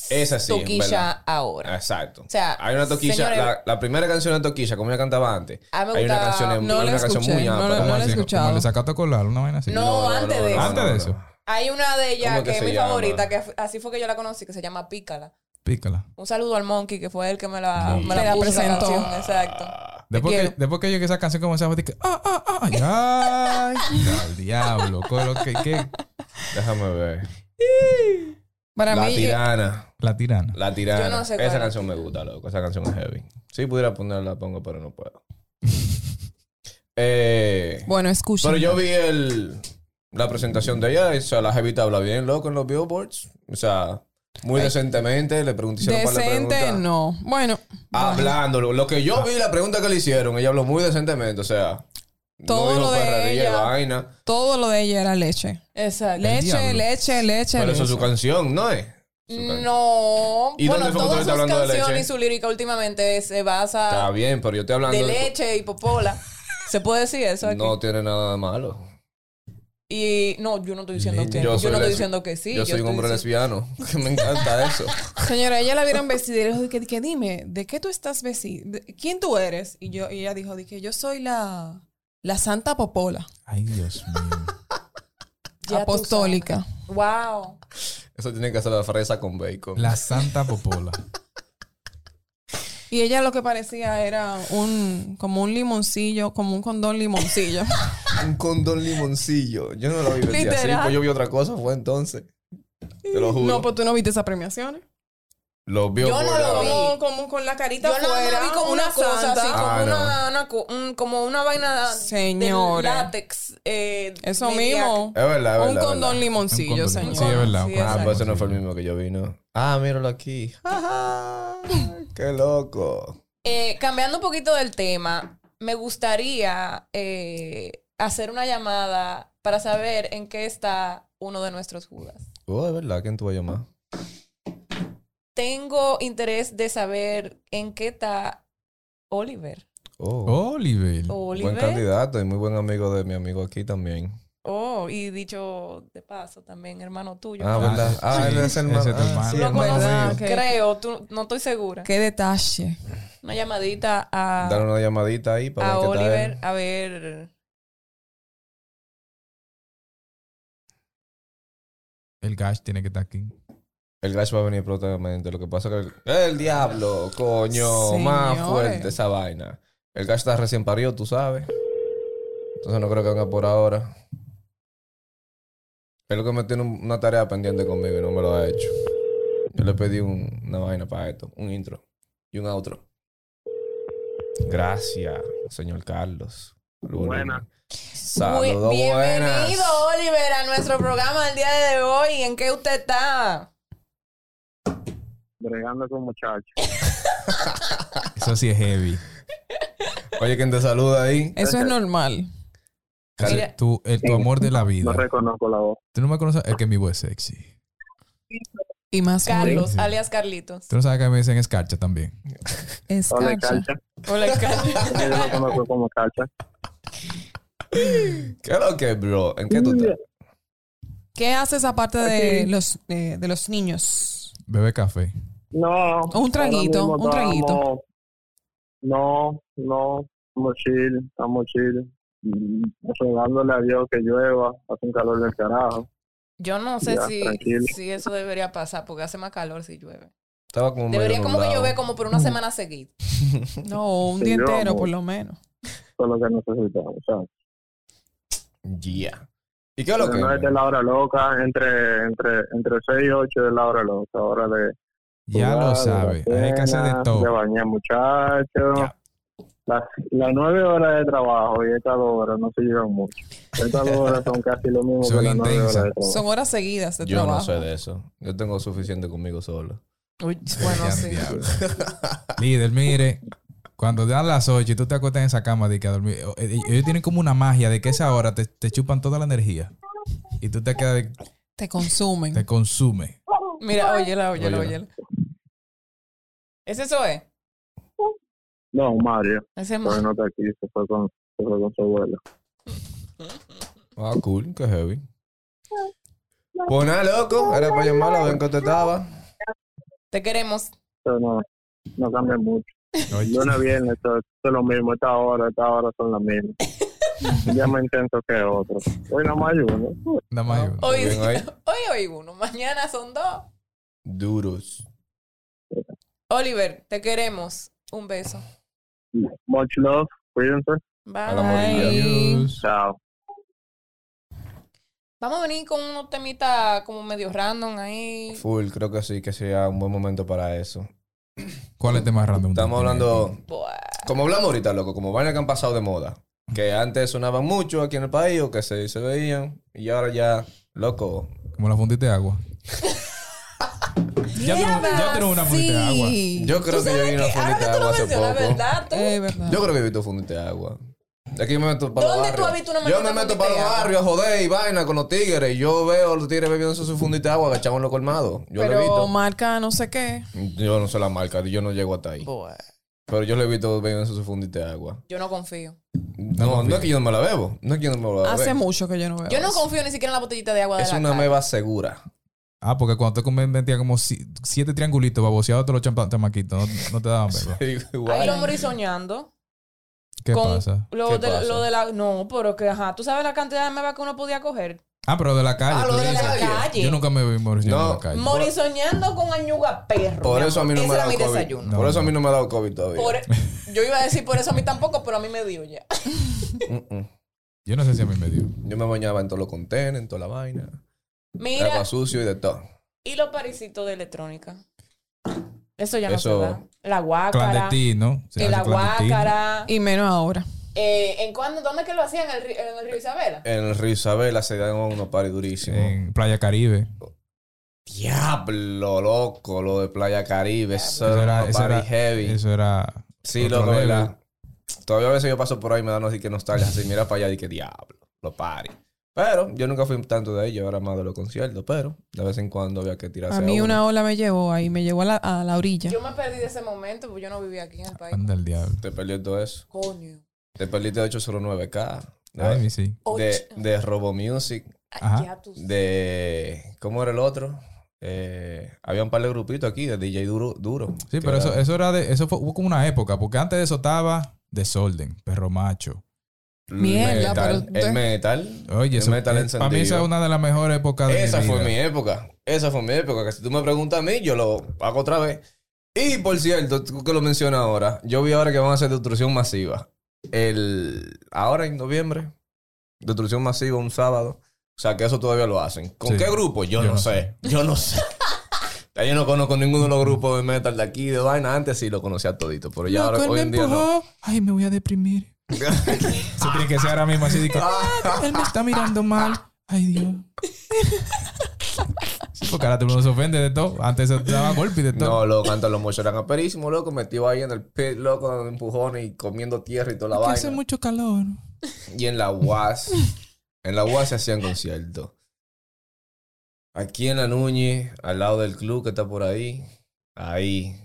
S1: Esa sí, en verdad.
S2: toquilla ahora.
S1: Exacto.
S2: O sea,
S1: hay una toquilla,
S2: señores-
S1: la, la primera canción de toquilla, como ella cantaba antes.
S2: A mí me
S1: hay una
S2: gusta-
S1: canción, en-
S3: no
S1: hay
S3: la
S1: una canción
S3: escuché,
S1: muy
S3: no
S1: amplia.
S3: la- no la he
S4: Así,
S3: escuchado.
S4: Como le sacaste a colar, una vaina así.
S2: No, antes de eso.
S4: Antes de eso.
S2: Hay una de ellas
S1: ¿Cómo
S2: que
S1: que
S2: es
S1: se
S2: mi
S1: llama?
S2: favorita, que f- así fue que yo la conocí, que se llama Pícala.
S4: Pícala.
S2: Un saludo al Monkey, que fue el que me la, me
S3: Te la
S2: puso esa
S3: presentó.
S2: canción, exacto.
S4: Después que,
S3: quiero.
S4: después que yo que esa canción comenzaba, dije, ah, ah, ah, ay, ay, al diablo, con lo que, que-
S1: Déjame ver.
S3: Para
S1: la
S3: mí,
S1: tirana.
S4: la tirana.
S1: La tirana.
S2: Yo no sé cuál
S1: Esa
S2: es.
S1: canción me gusta, loco. Esa canción es heavy. Si pudiera ponerla, la pongo, pero no puedo. Eh,
S3: Bueno, escucha.
S1: pero yo vi el, la presentación de ella. y, O sea, la jevita habla bien, loco, en los billboards. O sea, muy decentemente. Le pregunté hicieron un par de
S3: Decente,
S1: preguntas.
S3: no. Bueno,
S1: Hablando. Lo, lo que yo
S3: Ah.
S1: vi, la pregunta que le hicieron, ella habló muy decentemente. O sea,
S3: Todo
S1: no
S3: lo
S1: dijo
S3: de
S1: perrería y
S3: ella.
S1: vaina.
S3: todo lo de ella era leche.
S2: Exacto.
S3: Leche,
S4: diablo.
S3: leche, leche.
S1: Pero eso es su
S3: leche.
S1: canción, ¿no es? Su can-
S2: No.
S1: ¿Y
S2: bueno,
S1: dónde fue que
S2: todas
S1: usted está
S2: sus
S1: hablando de leche?
S2: canciones y su lírica últimamente se
S1: Está
S2: basa
S1: bien, pero yo estoy hablando
S2: de
S1: de-
S2: leche y popola. ¿Se puede decir eso aquí?
S1: No tiene nada de malo.
S2: Y no, yo no estoy diciendo
S4: Leche.
S2: que
S1: Yo
S2: yo,
S1: soy
S2: no estoy
S1: lesbi-
S2: diciendo que sí.
S1: yo soy un
S2: estoy
S1: hombre
S2: diciendo-
S1: lesbiano. Que me encanta eso.
S3: Señora, ella la vieron vestida y le dijo, de que, que dime, ¿de qué tú estás vestida? ¿De- ¿Quién tú eres? Y, yo, y ella dijo, de que yo soy la, la Santa Popola,
S4: Ay, Dios mío.
S2: Ya tú
S3: apostólica.
S2: sabes. Wow.
S1: Eso tiene que ser la fresa con bacon.
S4: La Santa Popola.
S3: Y ella lo que parecía era un, como un limoncillo, como un condón limoncillo.
S1: Un condón limoncillo. Yo no la vi vestida así.
S3: Literal.
S1: Pues yo vi otra cosa. Fue entonces. Te lo juro.
S3: no, pues tú no viste esas premiaciones.
S1: Lo vio
S2: Yo no
S1: por-
S2: lo vi.
S3: Como, como con la carita
S2: Yo nada más
S3: fuera,
S2: vi como una, cosa
S3: santa.
S2: así, como,
S1: Ah, no.
S2: una, una co- un- como una vaina de
S3: Señora.
S2: Ah, látex. eh,
S3: Eso
S2: media-
S3: mismo.
S1: Es verdad, es verdad.
S3: Un
S1: es
S3: condón
S1: verdad.
S3: limoncillo,
S4: Un condón
S3: señor.
S4: Sí, es verdad.
S2: Sí,
S1: Ah,
S2: exacto.
S1: pues eso no fue el mismo que yo vi, ¿no? Ah, míralo aquí. Ajá. Qué loco.
S2: Eh, cambiando un poquito del tema, me gustaría eh, hacer una llamada para saber en qué está uno de nuestros Judas.
S1: Oh, es verdad. ¿Quién tú vas a llamar?
S2: Tengo interés de saber en qué está Oliver.
S1: Oh.
S4: Oliver.
S1: Buen
S2: Oliver.
S1: candidato y muy buen amigo de mi amigo aquí también.
S2: Oh, y dicho de paso, también hermano tuyo.
S1: Ah, verdad. Ah,
S4: sí,
S1: él es el hermano.
S4: ese es tu
S1: Ah, sí,
S4: hermano.
S1: hermano
S3: ¿Verdad?
S1: mío.
S3: Que-
S2: Creo, tú, no estoy segura.
S3: Qué detalle.
S2: Una llamadita a...
S1: Dale una llamadita ahí para
S2: Ah. a
S1: ver qué tal.
S2: Oliver a ver.
S4: El Gash tiene que estar aquí.
S1: El Gash va a venir prontamente. Lo que pasa es que el, ¡El diablo, coño, más
S3: Señores.
S1: fuerte esa vaina. El Gash está recién parido, tú sabes. Entonces no creo que venga por ahora. Es lo que me tiene un- una tarea pendiente conmigo y no me lo ha hecho. Yo le pedí un- una vaina para esto, un intro y un outro. Gracias, señor Carlos.
S5: Buenas.
S1: Saludos,
S2: Muy-
S1: buenas.
S2: Bienvenido, Oliver, a nuestro programa del día de hoy. ¿En qué usted está?
S5: bregando con muchachos.
S4: Eso sí es heavy.
S1: Oye, ¿quién te saluda ahí?
S3: Eso es normal.
S4: Ese-
S2: Mira.
S4: tu, el- tu amor de la
S5: No
S4: vida.
S5: reconozco la voz.
S4: Tú no me conoces. Es que mi voz es sexy.
S3: Y más
S2: Carlos,
S4: Sí.
S2: alias Carlitos.
S4: Tú no sabes que me dicen escarcha también.
S3: es
S5: O de
S3: cacha.
S5: calcha.
S2: Hola, Carlos.
S5: Yo lo conozco como calcha.
S1: ¿Qué es lo que, bro? ¿En qué tú estás?
S3: ¿Qué haces aparte de los, eh, de, de los niños?
S4: Bebe café.
S5: No.
S3: Un traguito,
S5: ahora mismo
S3: un traguito.
S5: estamos- No, no. Estamos chill, estamos chill. Mm, Regándole a Dios que llueva. Hace un calor del carajo.
S2: Yo no sé
S5: Ya,
S2: si,
S5: tranquilo.
S2: si eso debería pasar porque hace más calor si llueve.
S1: Estaba como medio
S2: Debería como que
S1: nublado.
S2: llover como por una semana seguida.
S3: No, un
S5: Sí,
S3: día
S5: yo
S3: entero
S5: amo.
S3: por lo menos.
S5: Eso es lo que necesitamos. O sea,
S1: Yeah. ¿Y qué es lo que?
S5: no es de la hora loca. Entre, entre, entre 6 y 8 es la hora loca. Hora de.
S4: Ya
S5: jugar,
S4: lo
S5: de
S4: sabes.
S5: la
S4: Hay que hacer de
S5: cena, De
S4: todo.
S5: bañar muchachos.
S4: Ya.
S5: Las, las nueve horas de trabajo y estas dos horas no se llevan mucho. Estas dos horas son casi lo mismo
S4: Son
S5: que las nueve horas de
S4: intensas.
S5: trabajo.
S3: Son horas seguidas de
S1: Yo
S3: trabajo.
S1: no sé de eso. Yo tengo suficiente conmigo solo.
S2: Uy, bueno,
S4: Ya,
S2: sí.
S4: diablo. Líder, mire. Cuando dan las 8 y tú te acuestas en esa cama de que a dormir, eh, eh, ellos tienen como una magia de que esa hora te, te chupan toda la energía y tú te quedas, de-
S3: Te consumen.
S4: te consume.
S2: Mira, óyela,
S1: Óyela.
S2: óyela, óyela. ¿Es eso, eh?
S5: No, Mario,
S2: Ese es
S5: porque no está aquí, se fue con, se fue con su abuelo.
S1: Ah, cool, qué heavy.
S5: Ah,
S1: Pues nada, loco. Era para llamarla, ven que te estaba.
S2: Te queremos.
S5: Pero no, no cambia mucho.
S4: Oye,
S5: Lunes a viernes, esto, esto es lo mismo, estas horas, estas horas son las mismas. Un día más intenso que otro. Hoy no más hay uno.
S4: nada más hay uno.
S2: Hoy,
S1: Bien ahí.
S2: hoy, hoy uno, mañana son dos.
S1: Duros.
S2: Oliver, te queremos. Un beso.
S5: Much love, cuídense,
S1: la morilla.
S2: Bye.
S4: Adiós.
S5: chao.
S2: Vamos a venir con unos temitas como medio random ahí.
S1: Full, creo que sí, que sería un buen momento para eso.
S4: ¿Cuál es el tema random?
S1: Estamos hablando.
S2: Buah.
S1: Como hablamos ahorita, loco, como vainas que han pasado de moda. que antes sonaban mucho aquí en el país o que se, se veían y ahora ya, loco.
S4: Como la fundita de agua. ya tenemos ya tenemos una fundita de agua.
S1: Yo creo que yo vi una
S2: ahora Ah, que
S1: fundita de
S2: tú
S1: este agua
S2: lo
S1: hace
S2: mencionas,
S1: poco.
S2: ¿verdad? Tú,
S4: Eh,
S3: Es verdad.
S1: Yo creo que he visto fundita de agua. Aquí yo me meto para los
S2: ¿Dónde
S1: barrios.
S2: tú has visto una
S1: yo
S2: maldita
S1: me meto
S2: fundita
S1: para
S2: de
S1: los
S2: agua?
S1: barrios, joder, y vaina con los tigres. Y yo veo a los tigres bebiendo su fundita de agua, agachado en los colmados. Yo lo he
S3: pero
S1: visto.
S3: marca no sé qué.
S1: Yo no sé la marca, yo no llego hasta ahí.
S3: Bueno,
S1: Pero yo lo he visto bebiendo su fundita de agua.
S2: yo no confío.
S1: No, no es que yo no me la bebo. No es que yo no me la bebo.
S3: Hace mucho que yo no veo.
S2: Yo no
S3: eso.
S2: confío ni siquiera en la botellita de agua de
S1: Es
S2: la
S1: una
S2: calle.
S1: meba segura.
S4: Ah, porque cuando te comías metía como si- siete triangulitos baboseados todos los champa- chamaquitos. No, no te daban beba.
S2: Ahí
S1: Igual.
S2: lo morí soñando.
S4: ¿Qué
S2: Con-
S4: pasa?
S2: Lo,
S1: ¿Qué
S2: de,
S1: pasa?
S2: lo de la. No, pero que ajá. Tú sabes la cantidad de meba que uno podía coger.
S4: Ah, pero de la calle.
S1: Ah, lo
S4: tú
S1: de la
S4: dices.
S1: calle.
S4: Yo nunca me vi morir
S1: No.
S4: en la calle.
S2: Morí soñando con añuga perro.
S1: Por
S2: mi
S1: eso a
S2: amor.
S1: mí no
S2: Ese
S1: me ha
S2: era
S1: dado
S2: mi
S1: COVID.
S2: desayuno.
S1: Por eso a mí no me ha dado COVID todavía.
S2: Por- yo iba a decir por eso a mí tampoco, pero a mí me dio ya.
S1: Mm, mm.
S4: Yo no sé si a mí me dio.
S1: Yo me bañaba en todos los contenedores, en toda la vaina.
S2: Mira,
S1: Agua sucio y de todo.
S2: y los parisitos de electrónica. Eso ya no
S1: Eso-
S2: se da. La guácara.
S4: Clandestino. se
S2: El
S4: hace clandestino.
S2: aguácara.
S3: Y menos ahora.
S2: Eh, ¿En cuándo? ¿Dónde que lo hacían? ¿En el, ri- en el río Isabela?
S1: En el río Isabela se dan unos paris durísimos.
S4: En Playa Caribe.
S1: Diablo, loco, lo de Playa Caribe. Eso
S4: Eso
S1: era
S4: era-
S1: unos
S4: eso era-
S1: party heavy.
S4: Eso era.
S1: sí,
S4: otro
S1: loco,
S4: level.
S1: ¿verdad? Todavía a veces yo paso por ahí y me dan así que nostalgia. Así, mira para allá y que diablo, los paris. Pero yo nunca fui tanto de ahí, yo era más de los conciertos. Pero de vez en cuando había que tirarse
S3: A mí
S1: uno.
S3: una ola me llevó ahí, me llevó a la, a la orilla.
S2: Yo me perdí de ese momento porque yo no vivía aquí en el país.
S4: Anda el diablo.
S1: Te perdí todo eso.
S2: Coño.
S1: Te perdiste 809K.
S4: Ay,
S1: De,
S4: mi sí.
S1: de, de Robo Music.
S4: Ajá.
S2: Ya tú sabes.
S1: De. ¿Cómo era el otro? Eh, había un par de grupitos aquí de DJ Duro. duro
S4: Sí,
S1: que
S4: pero eso,
S1: era-
S4: eso era de. Eso fue, hubo como una época. Porque antes de eso estaba Desorden, Perro Macho.
S1: el
S3: Mierda,
S1: metal,
S3: pero-
S1: el metal.
S4: Oye,
S1: el
S4: eso,
S1: metal
S4: eh,
S1: encendido.
S4: para mí esa es una de las mejores épocas de
S1: Esa
S4: Ah, mi vida.
S1: fue mi época. Esa fue mi época. Que si tú me preguntas a mí, yo lo hago otra vez. Y por cierto, tú que lo mencionas ahora, yo vi ahora que van a hacer destrucción masiva. El, ahora en noviembre, destrucción masiva un sábado. O sea, que eso todavía lo hacen. ¿Con
S4: Sí.
S1: qué grupo? Yo, no, sé. Yo no sé. Ya yo no conozco ninguno de los grupos de metal de aquí, de vaina. Antes sí lo conocía todito, pero ya ahora,
S4: Loco, él
S1: hoy en
S4: me
S1: día no.
S4: empujó. Ay, me voy a deprimir. Se tiene que ser ahora mismo así. de que, "Ah, él me está mirando mal. Ay, Dios. Sí, porque ahora todo el mundo se ofende de todo. Antes se daba golpe y de todo.
S1: No, loco, antes los mochos eran aperísimos, loco, metido ahí en el pit, loco, dando empujones y comiendo tierra y toda la
S4: que
S1: vaina.
S4: hace mucho calor.
S1: Y en la UAS. en la UAS se hacían conciertos. Aquí en la Núñez, al lado del club que está por ahí. Ahí.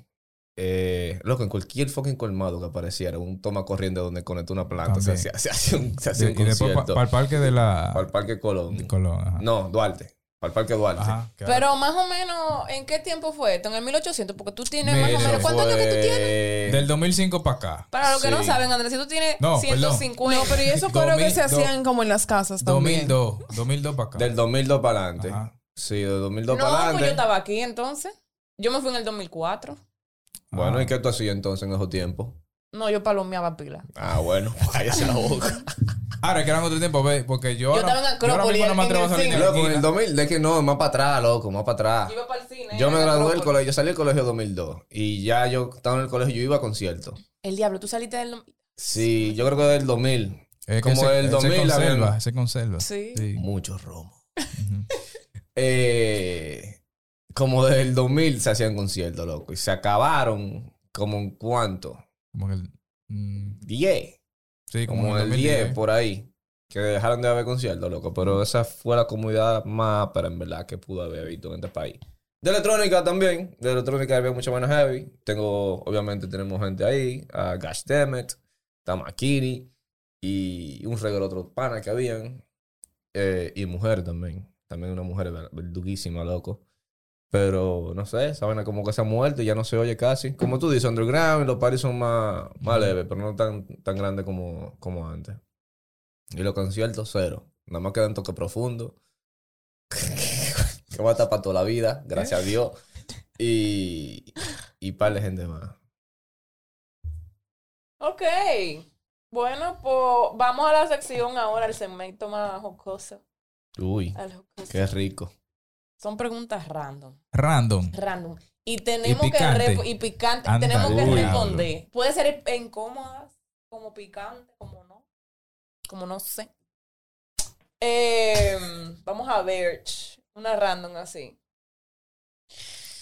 S1: Eh, loco, en cualquier fucking colmado que apareciera, un toma corriente donde conectó una planta, se
S4: También.
S1: hacía, se hacía un, se hacía
S4: Y,
S1: un
S4: y después para
S1: concierto.
S4: el parque de la.
S1: Para el Parque Colón.
S4: de Colón. Ajá.
S1: No, Duarte. Para el Parque Duarte.
S4: Ajá, claro.
S2: Pero más o menos, ¿en qué tiempo fue esto? En el 1800, porque tú tienes más o
S1: Eso
S2: menos. ¿Cuántos años que tú tienes?
S1: fue-
S4: Del 2005 para acá.
S2: Para los que no
S1: sí.
S2: saben, Andrés, tú tienes
S4: No, perdón.
S2: 150.
S3: No, pero y eso creo que se
S4: 2002.
S3: hacían como en las casas también.
S4: 2002. 2002 para acá.
S1: Del 2002 para adelante.
S4: Ajá.
S1: Sí, del 2002
S2: No,
S1: para
S2: pues yo
S1: adelante.
S2: estaba aquí entonces. Yo me fui en el 2004.
S1: Bueno,
S4: Ah.
S1: ¿y qué tú hacías entonces en esos tiempos?
S2: No, yo palomeaba pila.
S1: Ah, bueno, cállese la boca.
S4: Ahora que eran otro tiempo, ve, porque yo.
S2: Yo estaba
S4: ahora-
S2: en
S4: yo ahora mismo
S2: Acrópolis,
S4: no me
S2: en
S4: atrevo a
S2: el
S4: salir de
S2: cine.
S4: la
S1: Loco, en
S4: esquina.
S1: el 2000, de que no, más para atrás, loco, más para atrás.
S2: Iba para el cine.
S1: Yo me
S2: era
S1: gradué del
S2: Acrópolis.
S1: colegio, yo salí del colegio 2002 y ya yo estaba en el colegio, yo iba a conciertos.
S2: El diablo, tú saliste del.
S1: Sí, yo creo que del 2000,
S4: Es que
S1: Como
S4: se-
S1: el
S4: se
S1: 2000 la
S4: conserva,
S1: vemos.
S4: se conserva.
S2: Sí.
S1: mucho romo.
S4: Ujú.
S1: Eh, como del 2000 se hacían conciertos, loco, y se acabaron como en cuánto,
S4: Como en el. mm,
S1: 10,
S4: sí, como,
S1: como pues. en el 10 por ahí, que dejaron de haber conciertos, loco, pero esa fue la comunidad más para en verdad que pudo haber visto en este país. De electrónica también. De electrónica había mucha buena heavy. Tengo, obviamente, tenemos gente ahí. A Gash Demet, Tamakiri y un regalo otro pana que habían. Eh, y mujer también. También una mujer ver- verduguísima, loco. Pero no sé, saben como que se ha muerto y ya no se oye casi. Como tú dices, underground, los paris son más, más leves, pero no tan, tan grandes como, como antes. Y los conciertos, cero. Nada más quedan toque profundo. que va a estar para toda la vida, gracias a Dios. Y, y par de gente más.
S2: Ok. Bueno, pues vamos a la sección ahora, el segmento más jocoso.
S1: Uy,
S2: al jocoso.
S1: qué rico.
S2: Son preguntas random.
S4: Random.
S2: Random. Y tenemos
S4: Y
S2: que
S4: picante.
S2: rep- y picante,
S4: Anda,
S2: tenemos que
S1: uy.
S2: responder. Puede ser incómodas, como picante, como no. como no sé. Eh, vamos a ver ch, una random así.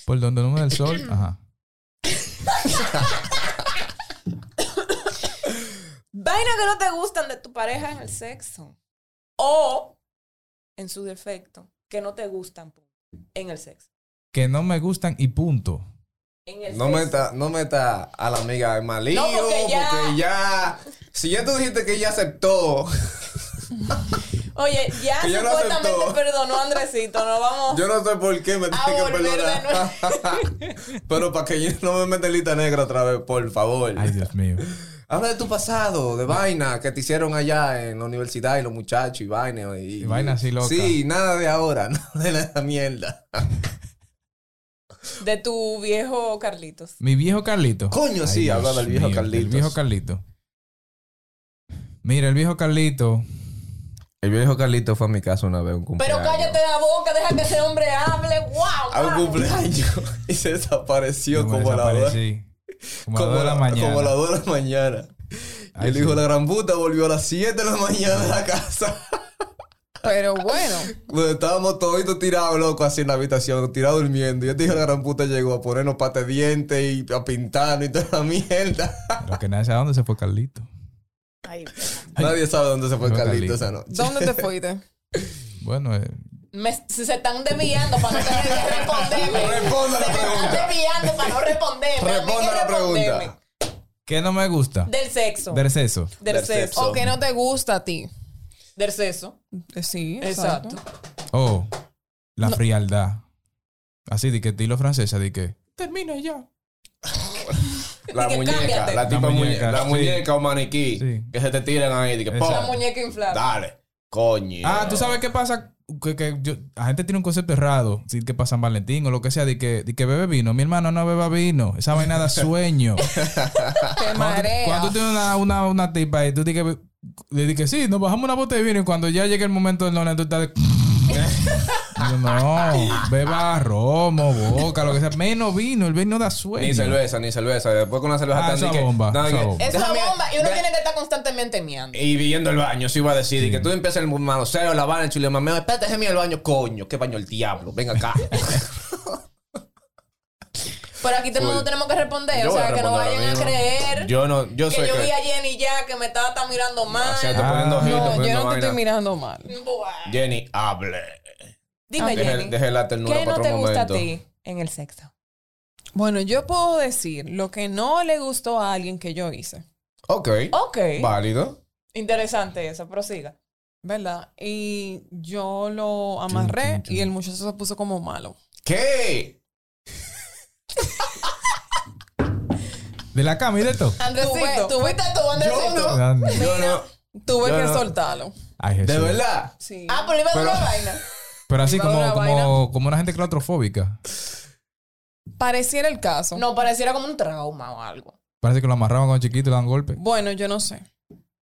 S4: Por donde no me da el sol, ajá.
S2: Vaina que no te gustan de tu pareja en el sexo. O, en su defecto, que no te gustan pu- en el sexo.
S4: Que no me gustan y punto.
S2: En el
S1: No
S2: sexo.
S1: meta, no meta a la amiga en mal lío,
S2: No, porque
S1: porque,
S2: ya-
S1: ya... Si ya tú dijiste que ella aceptó,
S2: Oye, ya
S1: Que ya lo
S2: supuestamente
S1: aceptó.
S2: perdonó a Andresito. No vamos.
S1: yo no sé por qué me
S2: A
S1: tiene que
S2: volver de
S1: perdonar. Pero para que yo no me meta en lista negra otra vez, por favor.
S4: Ay, Dios mío.
S1: Habla de tu pasado, de vaina que te hicieron allá en la universidad y los muchachos y vaina. Y,
S4: Y vaina así loca.
S1: Sí, nada de ahora, nada de la mierda.
S2: De tu viejo Carlitos.
S4: Mi viejo Carlito.
S1: Coño, sí,
S4: Dios
S1: habla del viejo Carlitos.
S4: El viejo Carlito. Mira, el viejo Carlito.
S1: El viejo Carlito fue a mi casa una vez, un
S2: Pero
S1: cumpleaños.
S2: cállate la boca, deja que ese hombre hable. ¡Wow!
S1: A un
S2: wow.
S1: cumpleaños y se desapareció
S4: me
S1: como a la hora.
S4: desaparecí. Como a las dos de la
S1: la-
S4: mañana.
S1: Como a las 2 de la mañana. Y
S4: Ay,
S1: el hijo de
S4: sí.
S1: la gran puta volvió a las 7 de la mañana de la casa.
S3: Pero bueno,
S1: Donde estábamos toditos tirados, loco, así en la habitación, tirados durmiendo. Y este hijo de la gran puta llegó a ponernos pata de dientes y a pintarnos y toda la mierda.
S4: Lo que nadie sabe dónde se fue Carlito.
S2: Ay,
S1: Nadie sabe dónde se fue
S4: No,
S1: Carlito
S4: Carlito.
S1: esa noche.
S3: ¿dónde te fuiste?
S4: Bueno, eh,
S2: me- se se están desviando para no tener que responderme.
S1: Responda la
S2: Se me están
S1: pregunta.
S2: desviando para no responderme. A mí
S1: Responda
S2: que
S1: la
S2: responderme.
S1: pregunta.
S4: ¿qué no me gusta?
S2: Del sexo.
S4: Del sexo.
S2: del
S1: Del
S2: sexo.
S1: sexo.
S3: O que no te gusta a ti.
S2: Del sexo.
S3: Eh, Sí,
S2: Exacto.
S3: exacto.
S4: Oh, la frialdad. Así de que estilo francesa, de que termina ya.
S1: La
S2: que
S1: muñeca,
S2: cámbiate.
S1: la tipa
S4: La
S1: muñeca,
S4: muñeca,
S1: la
S4: sí.
S1: muñeca o maniquí.
S4: Sí.
S1: Que se te tiran ahí. de Que,
S4: Exacto.
S2: La
S1: ¡pum!
S2: muñeca inflada.
S1: Dale. Coño.
S4: Ah, ¿tú sabes qué pasa? Que, que yo- la gente tiene un concepto errado. Si que pasa San Valentín o lo que sea, de que, de que bebe vino. Mi hermano no beba vino. Esa vaina da sueño.
S3: Te
S4: cuando, tú- cuando
S3: marea.
S4: tú tienes una, una, una tipa y tú dices que, le dices que sí, nos bajamos una botella de vino y cuando ya llega el momento del nona, tú estás de... Yo, no, beba romo, boca, lo que sea. Menos vino, el vino da sueño.
S1: Ni cerveza, ni cerveza. Después con una cerveza
S4: Ah,
S1: tan
S4: esa
S1: di que-
S4: bomba,
S1: no,
S4: esa
S1: que-
S4: bomba.
S2: Eso es
S1: déjame-
S2: bomba. Y uno
S1: de-
S2: tiene que estar constantemente meando.
S1: Y viviendo el baño, si iba a decir. Y
S4: Sí.
S1: que tú empiezas el manoseo, la vaina, el chile mameo. Espérate, déjeme ir al baño. Coño, qué baño el diablo. Venga acá.
S2: Pero aquí todo el mundo
S1: Uy.
S2: tenemos que responder.
S1: Yo
S2: o
S1: voy a
S2: sea, que
S1: responder
S2: no
S1: ahora
S2: vayan a
S1: mismo.
S2: creer
S1: yo no, yo
S2: que
S1: soy
S2: yo vi
S1: que.
S2: a Jenny ya que me estaba tan mirando mal.
S1: O sea, te
S4: Ah.
S1: poniendo ojito,
S3: No, yo
S1: poniendo
S3: no te estoy
S1: vaina.
S3: mirando mal.
S2: Buah.
S1: Jenny, hable.
S2: Dime,
S3: Ok.
S2: Jenny.
S1: Deje, deje la ternura
S2: ¿Qué
S1: para
S2: no
S1: otro
S2: te gusta
S1: momento.
S2: a ti en el sexo?
S3: Bueno, yo puedo decir lo que no le gustó a alguien que yo hice,
S1: Ok.
S2: Ok.
S1: Válido.
S2: Interesante eso, prosiga.
S3: ¿verdad? Y yo lo amarré y el muchacho se puso como malo.
S1: ¿Qué?
S4: De la cama y de todo.
S3: Tuve-
S2: Andresito. ¿Tuviste tú, Andresito?
S1: Yo no. Yo no.
S3: Tuve
S1: Yo
S3: que
S1: no.
S3: soltarlo.
S4: Ay, Jesús.
S1: De verdad.
S3: Sí.
S2: Ah, pero iba a
S1: Pero-
S2: una vaina.
S4: Pero así
S3: Iba
S4: como,
S3: una
S4: como, como una gente claustrofóbica.
S3: Pareciera el caso.
S2: No, pareciera como un trauma o algo.
S4: Parece que lo amarraban cuando chiquito y le dan golpe.
S3: Bueno, yo no sé.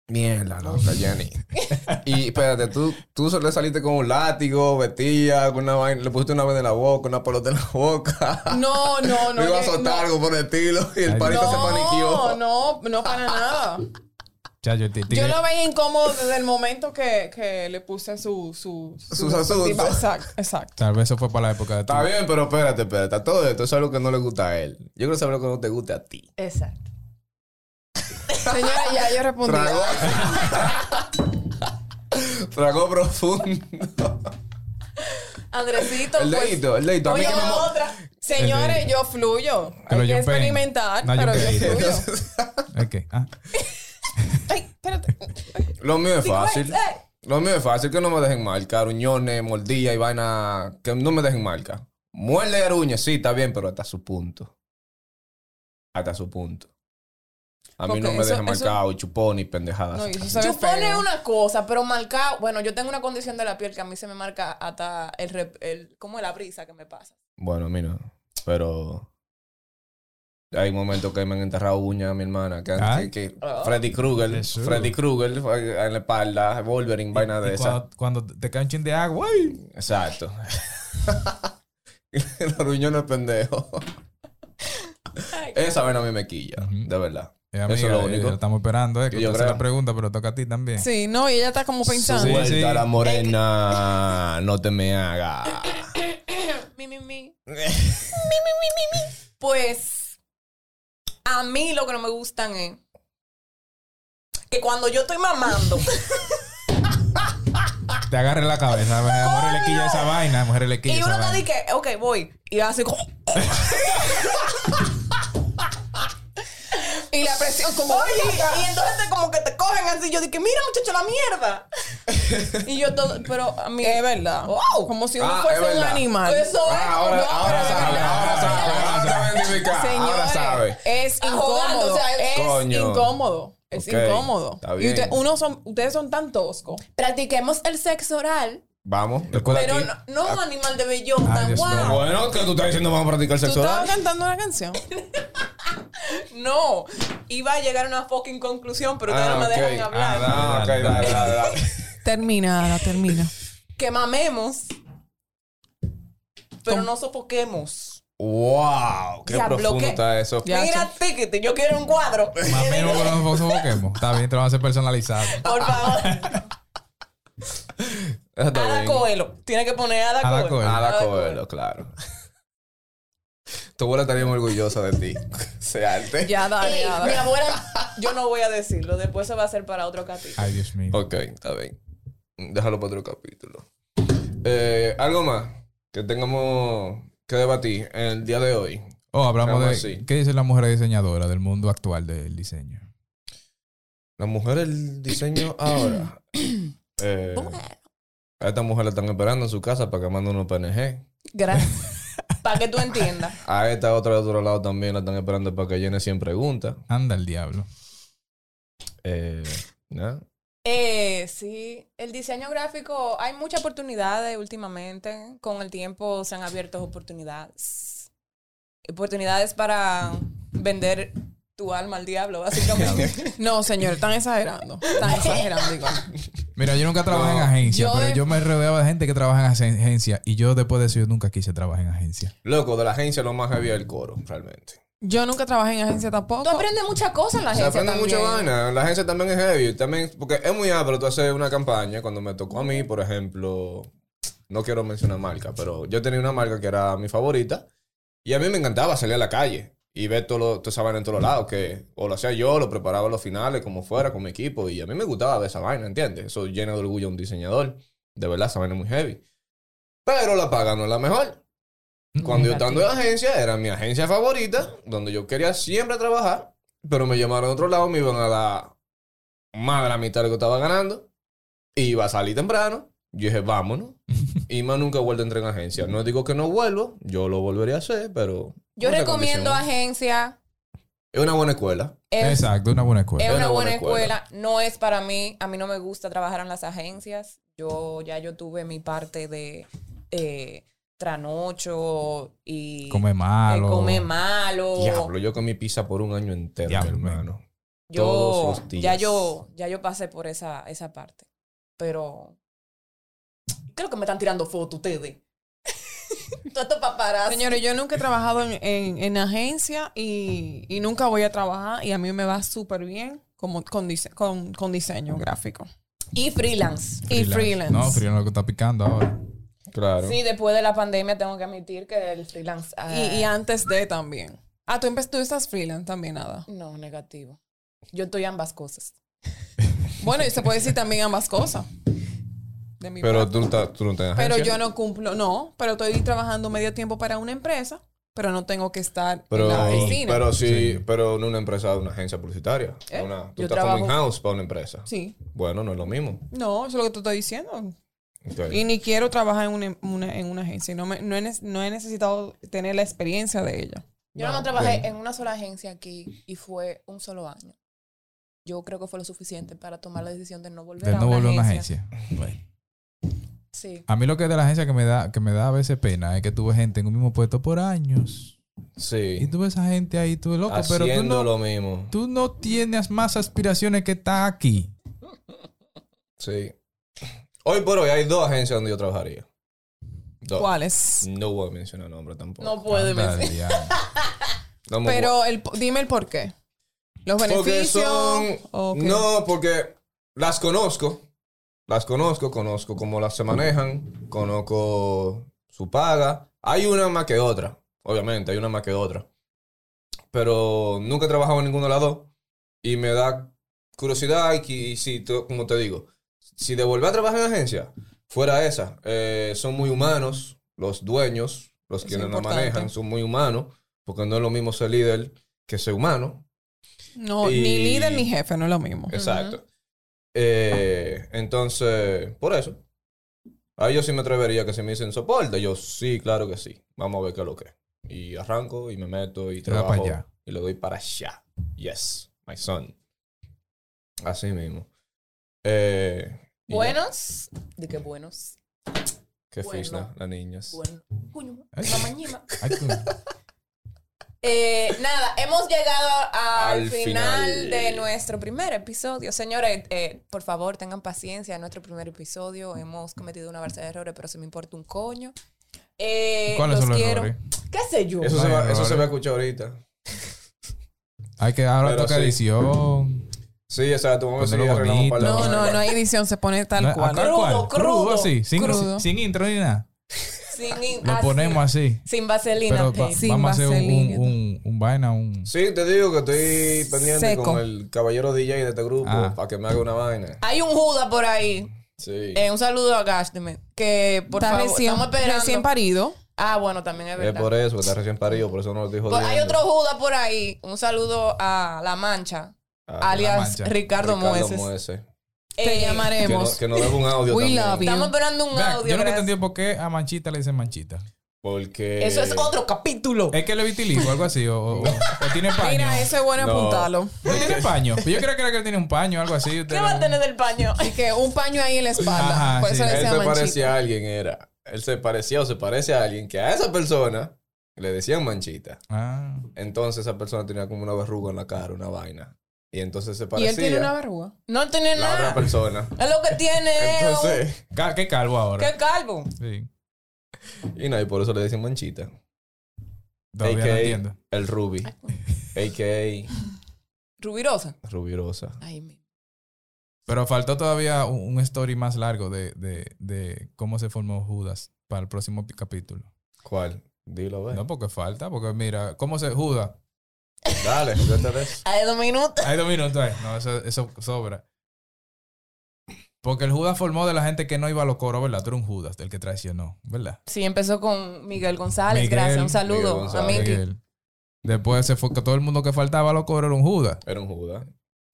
S1: Mierda, loca, Jenny. y espérate, tú, tú solo saliste con un látigo, vestía, con una vaina, le pusiste una vez en la boca, una pelota en la boca.
S3: No, no, no.
S1: Le iba a
S3: yo-
S1: soltar
S3: no.
S1: algo por el estilo y el
S4: Ay,
S1: parito
S3: No,
S1: se paniqueó.
S3: no, no para nada.
S4: Chacho, el tigre-
S3: Yo lo veía incómodo desde el momento que, que le puse su, su, su-
S1: Sus asuntos.
S3: tipo, Exacto, exacto.
S4: Tal vez eso fue para la época de tu-
S1: Está bien, pero espérate, espérate. a Todo esto es algo que no le gusta a él. Yo quiero saber lo que no te gusta a ti.
S2: Exacto.
S3: Señora, ya yo respondí.
S1: Tragó. Tragó profundo.
S2: Andresito,
S1: El
S2: pues,
S1: dedito, el dedito. A mí
S3: Oye,
S1: que me mo-
S3: otra. Señores, yo fluyo.
S4: Pero
S3: Hay
S4: yo
S3: que
S4: pe-
S3: experimentar,
S4: No, yo
S3: pero
S4: pedí.
S3: yo fluyo.
S4: Ok, ah.
S3: Ay, espérate.
S1: Lo mío es
S3: pues,
S1: fácil.
S2: Ay,
S3: eh.
S2: ay.
S1: Lo mío es fácil que no me dejen marca. Aruñones, mordillas y vaina. Que no me dejen marca. Muerde y aruñe, sí, está bien, pero hasta su punto. Hasta su punto. A mí
S3: Porque
S1: no me
S3: eso-
S1: dejen
S3: eso-
S1: marcado, chupón y pendejadas.
S3: No, y eso se ve
S2: Supone
S3: feo.
S2: una cosa, pero marca. Bueno, yo tengo una condición de la piel que a mí se me marca hasta el. rep- el como la brisa que me pasa.
S1: Bueno, a mí no. Pero. Hay momentos que me han enterrado uñas a mi hermana. Que,
S4: Ah.
S1: que- que
S2: Ah.
S1: Freddy Krueger.
S4: Jesús.
S1: Freddy Krueger fue en la espalda. Wolverine, vaina de
S4: Y
S1: esa.
S4: cuando, cuando te cae un chin de agua, ¡ay!
S1: Exacto. El aruñón es pendejo.
S2: Ay,
S1: Esa vaina a mí me quilla,
S4: Ujú.
S1: de verdad.
S4: Es amiga,
S1: Eso es lo único.
S4: eh, estamos esperando, eh, que
S1: Que yo
S4: usted hace
S1: creo.
S4: la pregunta, pero toca a ti también.
S3: Sí, no, y ella está como pensando.
S4: Sí, sí.
S1: Suelta la morena, no te me hagas.
S2: mi, mi, mi. mi, mi, mi, mi. Pues a mí lo que no me gustan es que cuando yo estoy mamando,
S4: Te agarre la cabeza, la mujer le quilla esa vaina, mujer le quilla
S2: y
S4: esa
S2: uno está
S4: vaina.
S2: de que, ok, voy, y hace como,
S3: Y la presión como...
S2: oye, y entonces te- como que te cogen así, yo dije, mira muchacho, la mierda. y yo todo, pero a mí,
S3: Es verdad.
S2: Wow. Pues
S3: Como si uno
S1: Ah, es
S3: fuese un
S1: verdad.
S3: animal.
S2: eso es
S1: Ah,
S2: como
S1: ahora,
S2: que-
S1: ahora sabe, ahora sabe, ahora sabe identificar, ahora
S3: Señores,
S1: sabe.
S3: Es
S2: Ah, jugando,
S3: incómodo.
S2: o sea,
S3: es
S1: Coño.
S3: incómodo. Es
S1: Ok,
S3: incómodo.
S1: está
S3: Y
S1: bien.
S3: usted- uno son, ustedes son tan toscos.
S2: Practiquemos el sexo oral,
S1: Vamos, recuerda
S2: pero
S1: aquí.
S2: no, no
S1: Ah.
S2: un animal de bellota,
S4: Ay, Dios mío.
S2: wow.
S1: Bueno, que tú estás diciendo vamos a practicar
S3: Tú
S1: sexo
S3: estabas
S1: oral.
S3: cantando una canción.
S2: No, iba a llegar a una fucking conclusión, pero ustedes
S1: Ah,
S2: no me
S1: ok.
S2: dejan hablar.
S1: Ah, no, ok, dale, dale, dale.
S3: Termina, Ada, termina.
S1: Ah.
S2: Que mamemos, pero
S3: Tom-
S2: no sofoquemos.
S1: Wow, qué
S2: Diablo,
S1: profundo
S2: ¿qué?
S1: está eso.
S3: Ya,
S2: Mira, tiquete, yo quiero un cuadro.
S4: Más mismo que nos sofoquemos. Está bien, te lo van a hacer personalizado.
S2: Por favor,
S1: Eso está
S2: Ada
S1: bien.
S2: Coelho. Tiene que poner Ada, Coelho.
S4: Ada Coelho.
S1: Ada
S2: Ada
S1: Coelho, claro. Tu abuela estaría muy orgullosa de ti. Se arte.
S3: Ya, dale,
S2: Ey,
S3: Ada.
S2: Eh, mi abuela, yo no voy a decirlo, después se va a hacer para otro capítulo.
S4: Ay, Dios mío.
S1: Ok, está bien. Déjalo para otro capítulo. Eh, algo más que tengamos que debatir en el día de hoy.
S4: Oh, hablamos
S1: Algo
S4: de.
S1: así.
S4: ¿Qué dicen las mujeres diseñadoras del mundo actual del diseño?
S1: La mujer el diseño ahora. Eh, a esta mujer la están esperando en su casa para que mande unos PNG.
S2: Gracias. para que tú entiendas.
S1: A esta otra de otro lado también la están esperando para que llene 100 preguntas.
S4: Anda el diablo.
S1: Eh, nada.
S2: Eh, sí, el diseño gráfico, hay muchas oportunidades últimamente. Con el tiempo se han abierto oportunidades. Oportunidades para vender Eh, tu alma al diablo, básicamente.
S3: No, señor, están exagerando. Están exagerando igual.
S4: Mira, yo nunca trabajé en agencia,
S3: yo
S4: pero
S3: de-
S4: yo me rodeaba de gente que trabaja en ag- agencia y yo después de eso yo nunca quise trabajar en agencia.
S1: Loco, de la agencia lo más heavy es el coro, realmente.
S3: Yo nunca trabajé en agencia
S2: Tú
S3: tampoco.
S2: aprendes muchas cosas en la
S1: Se
S2: agencia
S1: aprende
S2: también.
S1: mucha vaina. La agencia también es heavy. También, porque es muy abro tú haces una campaña. Cuando me tocó a mí, por ejemplo, no quiero mencionar marca, pero yo tenía una marca que era mi favorita. Y a mí me encantaba salir a la calle y ver todo lo, toda esa vaina en todos lados. Que o lo hacía yo, lo preparaba en los finales, como fuera, con mi equipo. Y a mí me gustaba ver esa vaina, ¿entiendes? Eso llena de orgullo a un diseñador. De verdad, esa vaina es muy heavy. Pero la paga no es la mejor. Cuando yo estando en la agencia, era mi agencia favorita, donde yo quería siempre trabajar, pero me llamaron a otro lado, me iban a dar más de la mitad de lo que estaba ganando, y iba a salir temprano. Yo dije, vámonos. Y más nunca he vuelto a entrar en agencia. No digo que no vuelvo, yo lo volvería a hacer, pero.
S2: Yo
S1: con esa
S2: recomiendo
S1: condición.
S2: agencia.
S1: Es una buena escuela.
S2: Es,
S4: Exacto, una buena escuela.
S2: es una buena escuela. No es para mí. A mí no me gusta trabajar en las agencias. Yo ya yo tuve mi parte de eh, tranocho y
S4: Come
S2: eh,
S4: malo.
S2: come malo.
S3: Oh.
S1: Diablo, yo comí pizza por un año entero, mi
S4: Diablo,
S1: hermano.
S2: yo,
S1: todos los
S2: Ya
S1: días.
S2: yo, ya yo pasé por esa, esa parte. Pero creo que me están tirando fotos ustedes. Todo esto paparazzi.
S3: Señores, yo nunca he trabajado en, en- en agencia y, y nunca voy a trabajar y a mí me va súper bien como con, dise- con, con diseño gráfico.
S2: y freelance.
S3: Y freelance.
S4: No, freelance lo que está picando ahora.
S1: Claro.
S2: Sí, después de la pandemia tengo que admitir que el freelance. ah,
S3: Y, y antes de también. Ah, tú, empe- tú estás freelance también, nada.
S2: no, negativo. Yo estoy ambas cosas.
S3: Bueno, y se puede decir también ambas cosas. De mi
S1: Pero
S3: parte.
S1: tú, no estás- tú no estás en agencia.
S3: pero yo no cumplo, no, pero estoy trabajando medio tiempo para una empresa, pero no tengo que estar
S1: Pero,
S3: en la oficina.
S1: pero sí,
S4: Sí.
S1: pero no una empresa, una agencia publicitaria.
S3: ¿Eh?
S1: Una, tú
S2: Yo
S1: estás
S2: trabajo-
S1: como in-house para una empresa.
S3: sí,
S1: Bueno, no es lo mismo.
S3: no, eso es lo que te estoy diciendo.
S1: Ok.
S3: Y ni quiero trabajar en una, una- en una agencia. y No, me- no, he, ne- no he necesitado tener la experiencia de ella.
S2: Yo
S4: Ah,
S2: no, trabajé en una sola agencia aquí y fue un solo año. Yo creo que fue lo suficiente para tomar la decisión de no volver
S4: De
S2: a
S4: no
S2: una
S4: volver a una
S2: agencia.
S4: agencia.
S2: Sí.
S4: A mí lo que es de la agencia que me da, que me da a veces pena es que tuve gente en un mismo puesto por años. Y
S1: Sí.
S4: tuve esa gente ahí, tú loco,
S1: Haciendo
S4: pero tú no,
S1: lo mismo.
S4: tú no tienes más aspiraciones que está aquí.
S1: Sí. Hoy por hoy hay dos agencias donde yo trabajaría. Dos.
S3: ¿Cuáles?
S1: No voy a mencionar
S4: Oh,
S1: nombre tampoco.
S2: No puede
S4: Anda,
S2: mencionar.
S4: diablo.
S1: No me voy-
S3: Pero el, po- dime el por qué. Los
S1: Porque
S3: beneficios.
S1: son.
S3: Ok.
S1: No, porque las conozco. Las conozco, conozco cómo las se manejan, conozco su paga. Hay una más que otra, obviamente, hay una más que otra. Pero nunca he trabajado en ninguno de las dos. Y me da curiosidad y, qui- y sí, to- como te digo, si de volver a trabajar en agencia, fuera esa. Eh, son muy humanos los dueños, los
S3: Es
S1: quienes
S3: importante.
S1: la manejan, son muy humanos, porque no es lo mismo ser líder que ser humano.
S3: No,
S1: Y-
S3: ni líder ni jefe, no es lo mismo.
S1: Exacto. Eh, entonces, por eso. Ahí yo sí me atrevería que se me dicen soporte. Yo sí, claro que sí. Vamos a ver qué es lo que es. Y arranco y me meto y
S4: Te da
S1: trabajo.
S4: pa' allá.
S1: Y lo doy para allá. Yes, my son. Así mismo. Eh, y ya.
S2: Buenos. ¿De qué buenos?
S1: Qué
S2: bueno.
S1: fisna, las niñas.
S2: Bueno. Coño,
S4: Ay.
S2: la mañana.
S4: Ay, tú.
S2: Eh, nada, hemos llegado al,
S1: Al
S2: final,
S1: final.
S2: de nuestro primer episodio. Señores, eh, por favor, tengan paciencia. En nuestro primer episodio hemos cometido una barra de errores, pero se me importa un coño. Eh,
S4: ¿Cuáles
S2: los
S4: son los
S2: quiero.
S4: errores?
S2: ¿Qué sé yo?
S1: Eso, se
S4: Ay,
S1: va, eso se
S4: Lore.
S1: va a escuchar ahorita.
S4: Hay que ahora
S1: Pero
S4: toca
S1: sí.
S4: edición.
S1: Sí, exacto. Vamos a
S4: Ponerlo
S1: seguir arreglando un par de
S4: bonito.
S3: No,
S1: cosas.
S3: no, no hay edición, se pone tal
S4: La-
S3: cual.
S4: a tal
S2: Crudo,
S4: cual.
S2: crudo,
S4: así. Sin,
S3: crudo.
S4: sin intro ni nada.
S2: Sin in-
S4: Lo
S2: así,
S4: ponemos así.
S2: Sin vaselina.
S4: Pero
S2: tape.
S4: va-
S3: Sin
S4: vamos a hacer un,
S3: vaselina.
S4: un, un, un vaina, un...
S1: Sí, te digo que estoy pendiente
S3: Seco.
S1: con el caballero DJ de este grupo
S4: Ah.
S1: para que me haga una vaina.
S2: Hay un Judas por ahí.
S1: Sí.
S2: Eh, un saludo a Gashdemir. Que por
S3: Está
S2: favor,
S3: recién,
S2: estamos esperando.
S3: recién parido.
S2: ah, bueno, también es
S1: Es
S2: verdad.
S1: por eso, que está recién parido, por eso no lo estoy
S2: Pues
S1: jodiendo.
S2: hay otro Judas por ahí. Un saludo a La Mancha,
S1: Ah,
S2: alias
S4: Mancha.
S2: Ricardo, Mueces.
S1: Mueces.
S3: Te
S2: Eh,
S1: Que no,
S3: llamaremos.
S1: que nos deje un audio
S3: We
S1: también.
S3: love you.
S2: Estamos esperando un
S4: Vean,
S2: audio.
S4: yo nunca
S2: gracias.
S4: entendí por qué a Manchita le dicen Manchita.
S1: Porque...
S2: Eso es otro capítulo.
S4: Es que le vitiligo o algo así. O, o- o tiene paño.
S3: Mira, eso es bueno
S1: No.
S3: apuntarlo.
S4: No tiene paño. Yo creo que era que él tiene un paño o algo así.
S2: ¿Qué va a tener del paño?
S3: Y que un paño ahí en la espalda.
S4: Ajá,
S3: por
S4: sí.
S3: eso le
S1: Él
S3: decía
S1: se
S3: manchita.
S1: parecía a alguien, era. Él se parecía o se parece a alguien que a esa persona le decían manchita.
S4: Ah.
S1: Entonces esa persona tenía como una verruga en la cara, una vaina. Y entonces se
S3: Y
S1: parecía
S3: él tiene una verruga.
S2: No tiene
S1: la otra
S2: nada.
S1: persona.
S2: Es lo que tiene. es un-
S1: Entonces...
S4: Ca- Qué calvo ahora.
S2: Qué calvo.
S4: Sí.
S1: Y no, y por eso le dicen manchita.
S4: Todavía no
S1: AKA,
S4: entiendo.
S1: El Ruby. A.K.A.
S2: Rubirosa.
S1: Rubirosa.
S2: Ay, mi-
S4: Pero faltó todavía un, un story más largo de, de, de cómo se formó Judas para el próximo pi- capítulo.
S1: ¿Cuál? Dilo, ve.
S4: No porque falta, porque mira, cómo se Judas.
S1: Dale, trata de eso.
S2: Ay, dos minutos.
S4: Hay dos minutos ahí. No, eso, eso sobra. Porque el Judas formó de la gente que no iba a los coros, ¿verdad? Tú eres un Judas, el que traicionó, ¿verdad?
S2: Sí, empezó con Miguel González.
S4: Miguel,
S2: gracias. Un
S1: Miguel
S2: saludo a
S1: González.
S2: Miki.
S4: Miguel. Después se fue que todo el mundo que faltaba a los coros era un Judas.
S1: Era un Judas.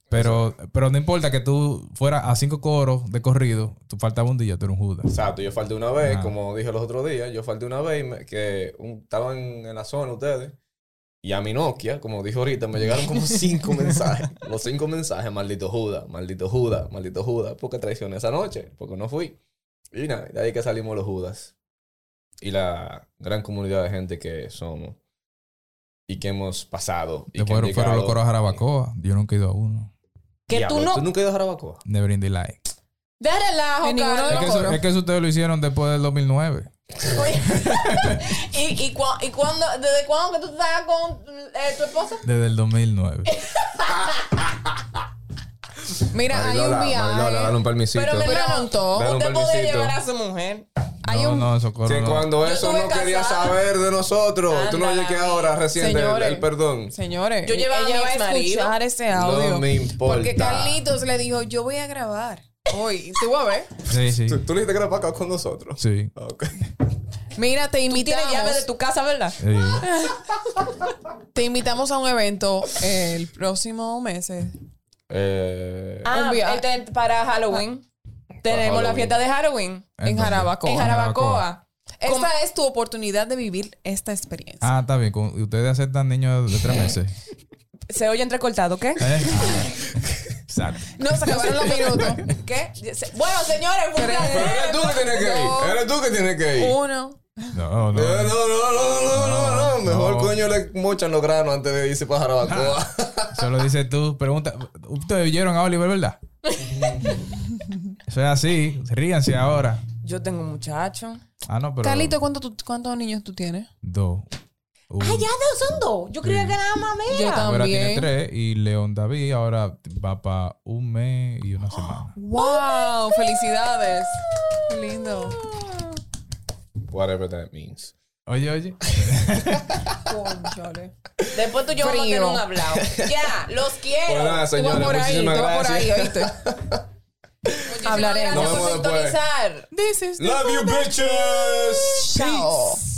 S4: Pero, pero no importa que tú fueras a cinco coros de corrido, tú faltaba un día, tú eres un Judas.
S1: Exacto, yo falté una vez,
S4: Ah.
S1: como dije los otros días, yo falté una vez y me- que un- estaban en la zona ustedes. Y a mi Nokia, como dijo ahorita, me llegaron como cinco mensajes. Los cinco mensajes, maldito Judas, maldito Judas, maldito Judas, porque traicioné esa noche, porque no fui. Y nada, de ahí que salimos los Judas. Y la gran comunidad de gente que somos y que hemos pasado. Y que
S4: Después
S1: han
S4: fueron los
S1: llegado.
S4: coros a Jarabacoa. Yo nunca he ido a uno.
S2: Que
S1: Diablo,
S2: tú no.
S1: ¿Tú nunca has ido a Jarabacoa?
S4: Never in the light.
S2: De relajo,
S3: En ninguno de
S2: Carlos.
S4: Es que,
S3: los
S4: eso,
S3: coros.
S4: es que eso ustedes lo hicieron después del 2009.
S2: Oye, ¿Y, y, cua- y cuándo- desde cuándo que tú estás con eh, tu esposa?
S4: Desde el 2009.
S3: Mira, hay un
S1: dale
S3: viaje.
S1: un permisito.
S2: eh, Pero me
S3: Preguntó.
S1: Dale un
S2: Usted podía
S1: permisito.
S2: llevar a su mujer.
S3: Hay
S4: no,
S3: un-
S4: no, esos coros
S1: Que
S4: no.
S1: cuando
S2: Yo
S1: eso
S2: estuve
S1: no quería
S2: casada.
S1: saber de nosotros. Tú no
S2: Anda,
S1: oyes que ahora recién el,
S3: Señores.
S1: el perdón.
S3: Señores,
S2: Yo llevaba a mi
S3: ella va a
S2: exmarido.
S3: escuchar ese audio.
S1: No me importa.
S3: Porque Carlitos le dijo, yo voy a grabar hoy. Y Tú vas a ver.
S4: Sí, sí.
S1: ¿Tú, tú le dijiste que era para acá con nosotros.
S4: Sí.
S1: Ok.
S3: Mira, te
S2: Tú tienes
S3: invitamos.
S2: llave de tu casa, ¿verdad?
S4: sí.
S3: Te invitamos a un evento el próximo mes.
S1: Eh,
S2: Ah,
S3: Un viaje. Ah.
S2: este, para Halloween. Tenemos la
S1: Halloween.
S2: fiesta de Halloween.
S3: En
S4: Entonces,
S3: Jarabacoa.
S2: En
S3: En
S2: Jarabacoa. ¿Cómo?
S3: Esta es tu oportunidad de vivir esta experiencia.
S4: Ah, está bien. con- Ustedes aceptan niños de tres meses.
S2: Se oye entrecortado, ¿qué?
S4: ¿Eh? Exacto.
S3: No, se acabaron los minutos.
S2: ¿Qué? Se- Bueno, señores, fue un
S3: Pero-
S1: pero
S2: placer.
S1: Ah, eres tú que tienes que ir. Eres tú que tienes que ir. Eh,
S3: Uno.
S1: No,
S4: No, no.
S1: no, no, no, no, no.
S4: No,
S1: Mejor
S4: no.
S1: coño le mochan los granos antes de irse para Jarabacoa.
S4: Solo dices tú. Pregunta. Ustedes vieron a Oliver, ¿verdad? Eso es así. Ríanse ahora.
S2: Yo tengo un muchacho.
S4: Ah, no, pero.
S3: Carlito, ¿cuánto tú- ¿cuántos niños tú tienes?
S4: Dos. Uh,
S2: Ah, ya dos, son dos. Yo creía que nada más me
S3: Yo
S2: era.
S3: también.
S4: ahora tiene tres y León David ahora va para un mes y una semana.
S3: ¡Wow! ¡Felicidades! Qué lindo.
S1: Whatever that means.
S4: Oye, oye.
S3: Cónchale.
S2: Después tú y yo vamos a tener
S3: Frío.
S2: un hablado. Ya, los
S1: Pues
S2: quiero.
S1: nada,
S3: Tú vas
S1: señores,
S3: por ahí, tú
S1: muchísimas
S3: vas por ahí,
S1: gracias.
S3: ¿oíste?
S2: Muchísimas gracias
S3: Hablaremos.
S1: Nos
S2: por
S1: vemos después.
S2: sintonizar.
S3: This is the
S1: Love you, bitches.
S3: Chao.
S2: Peace.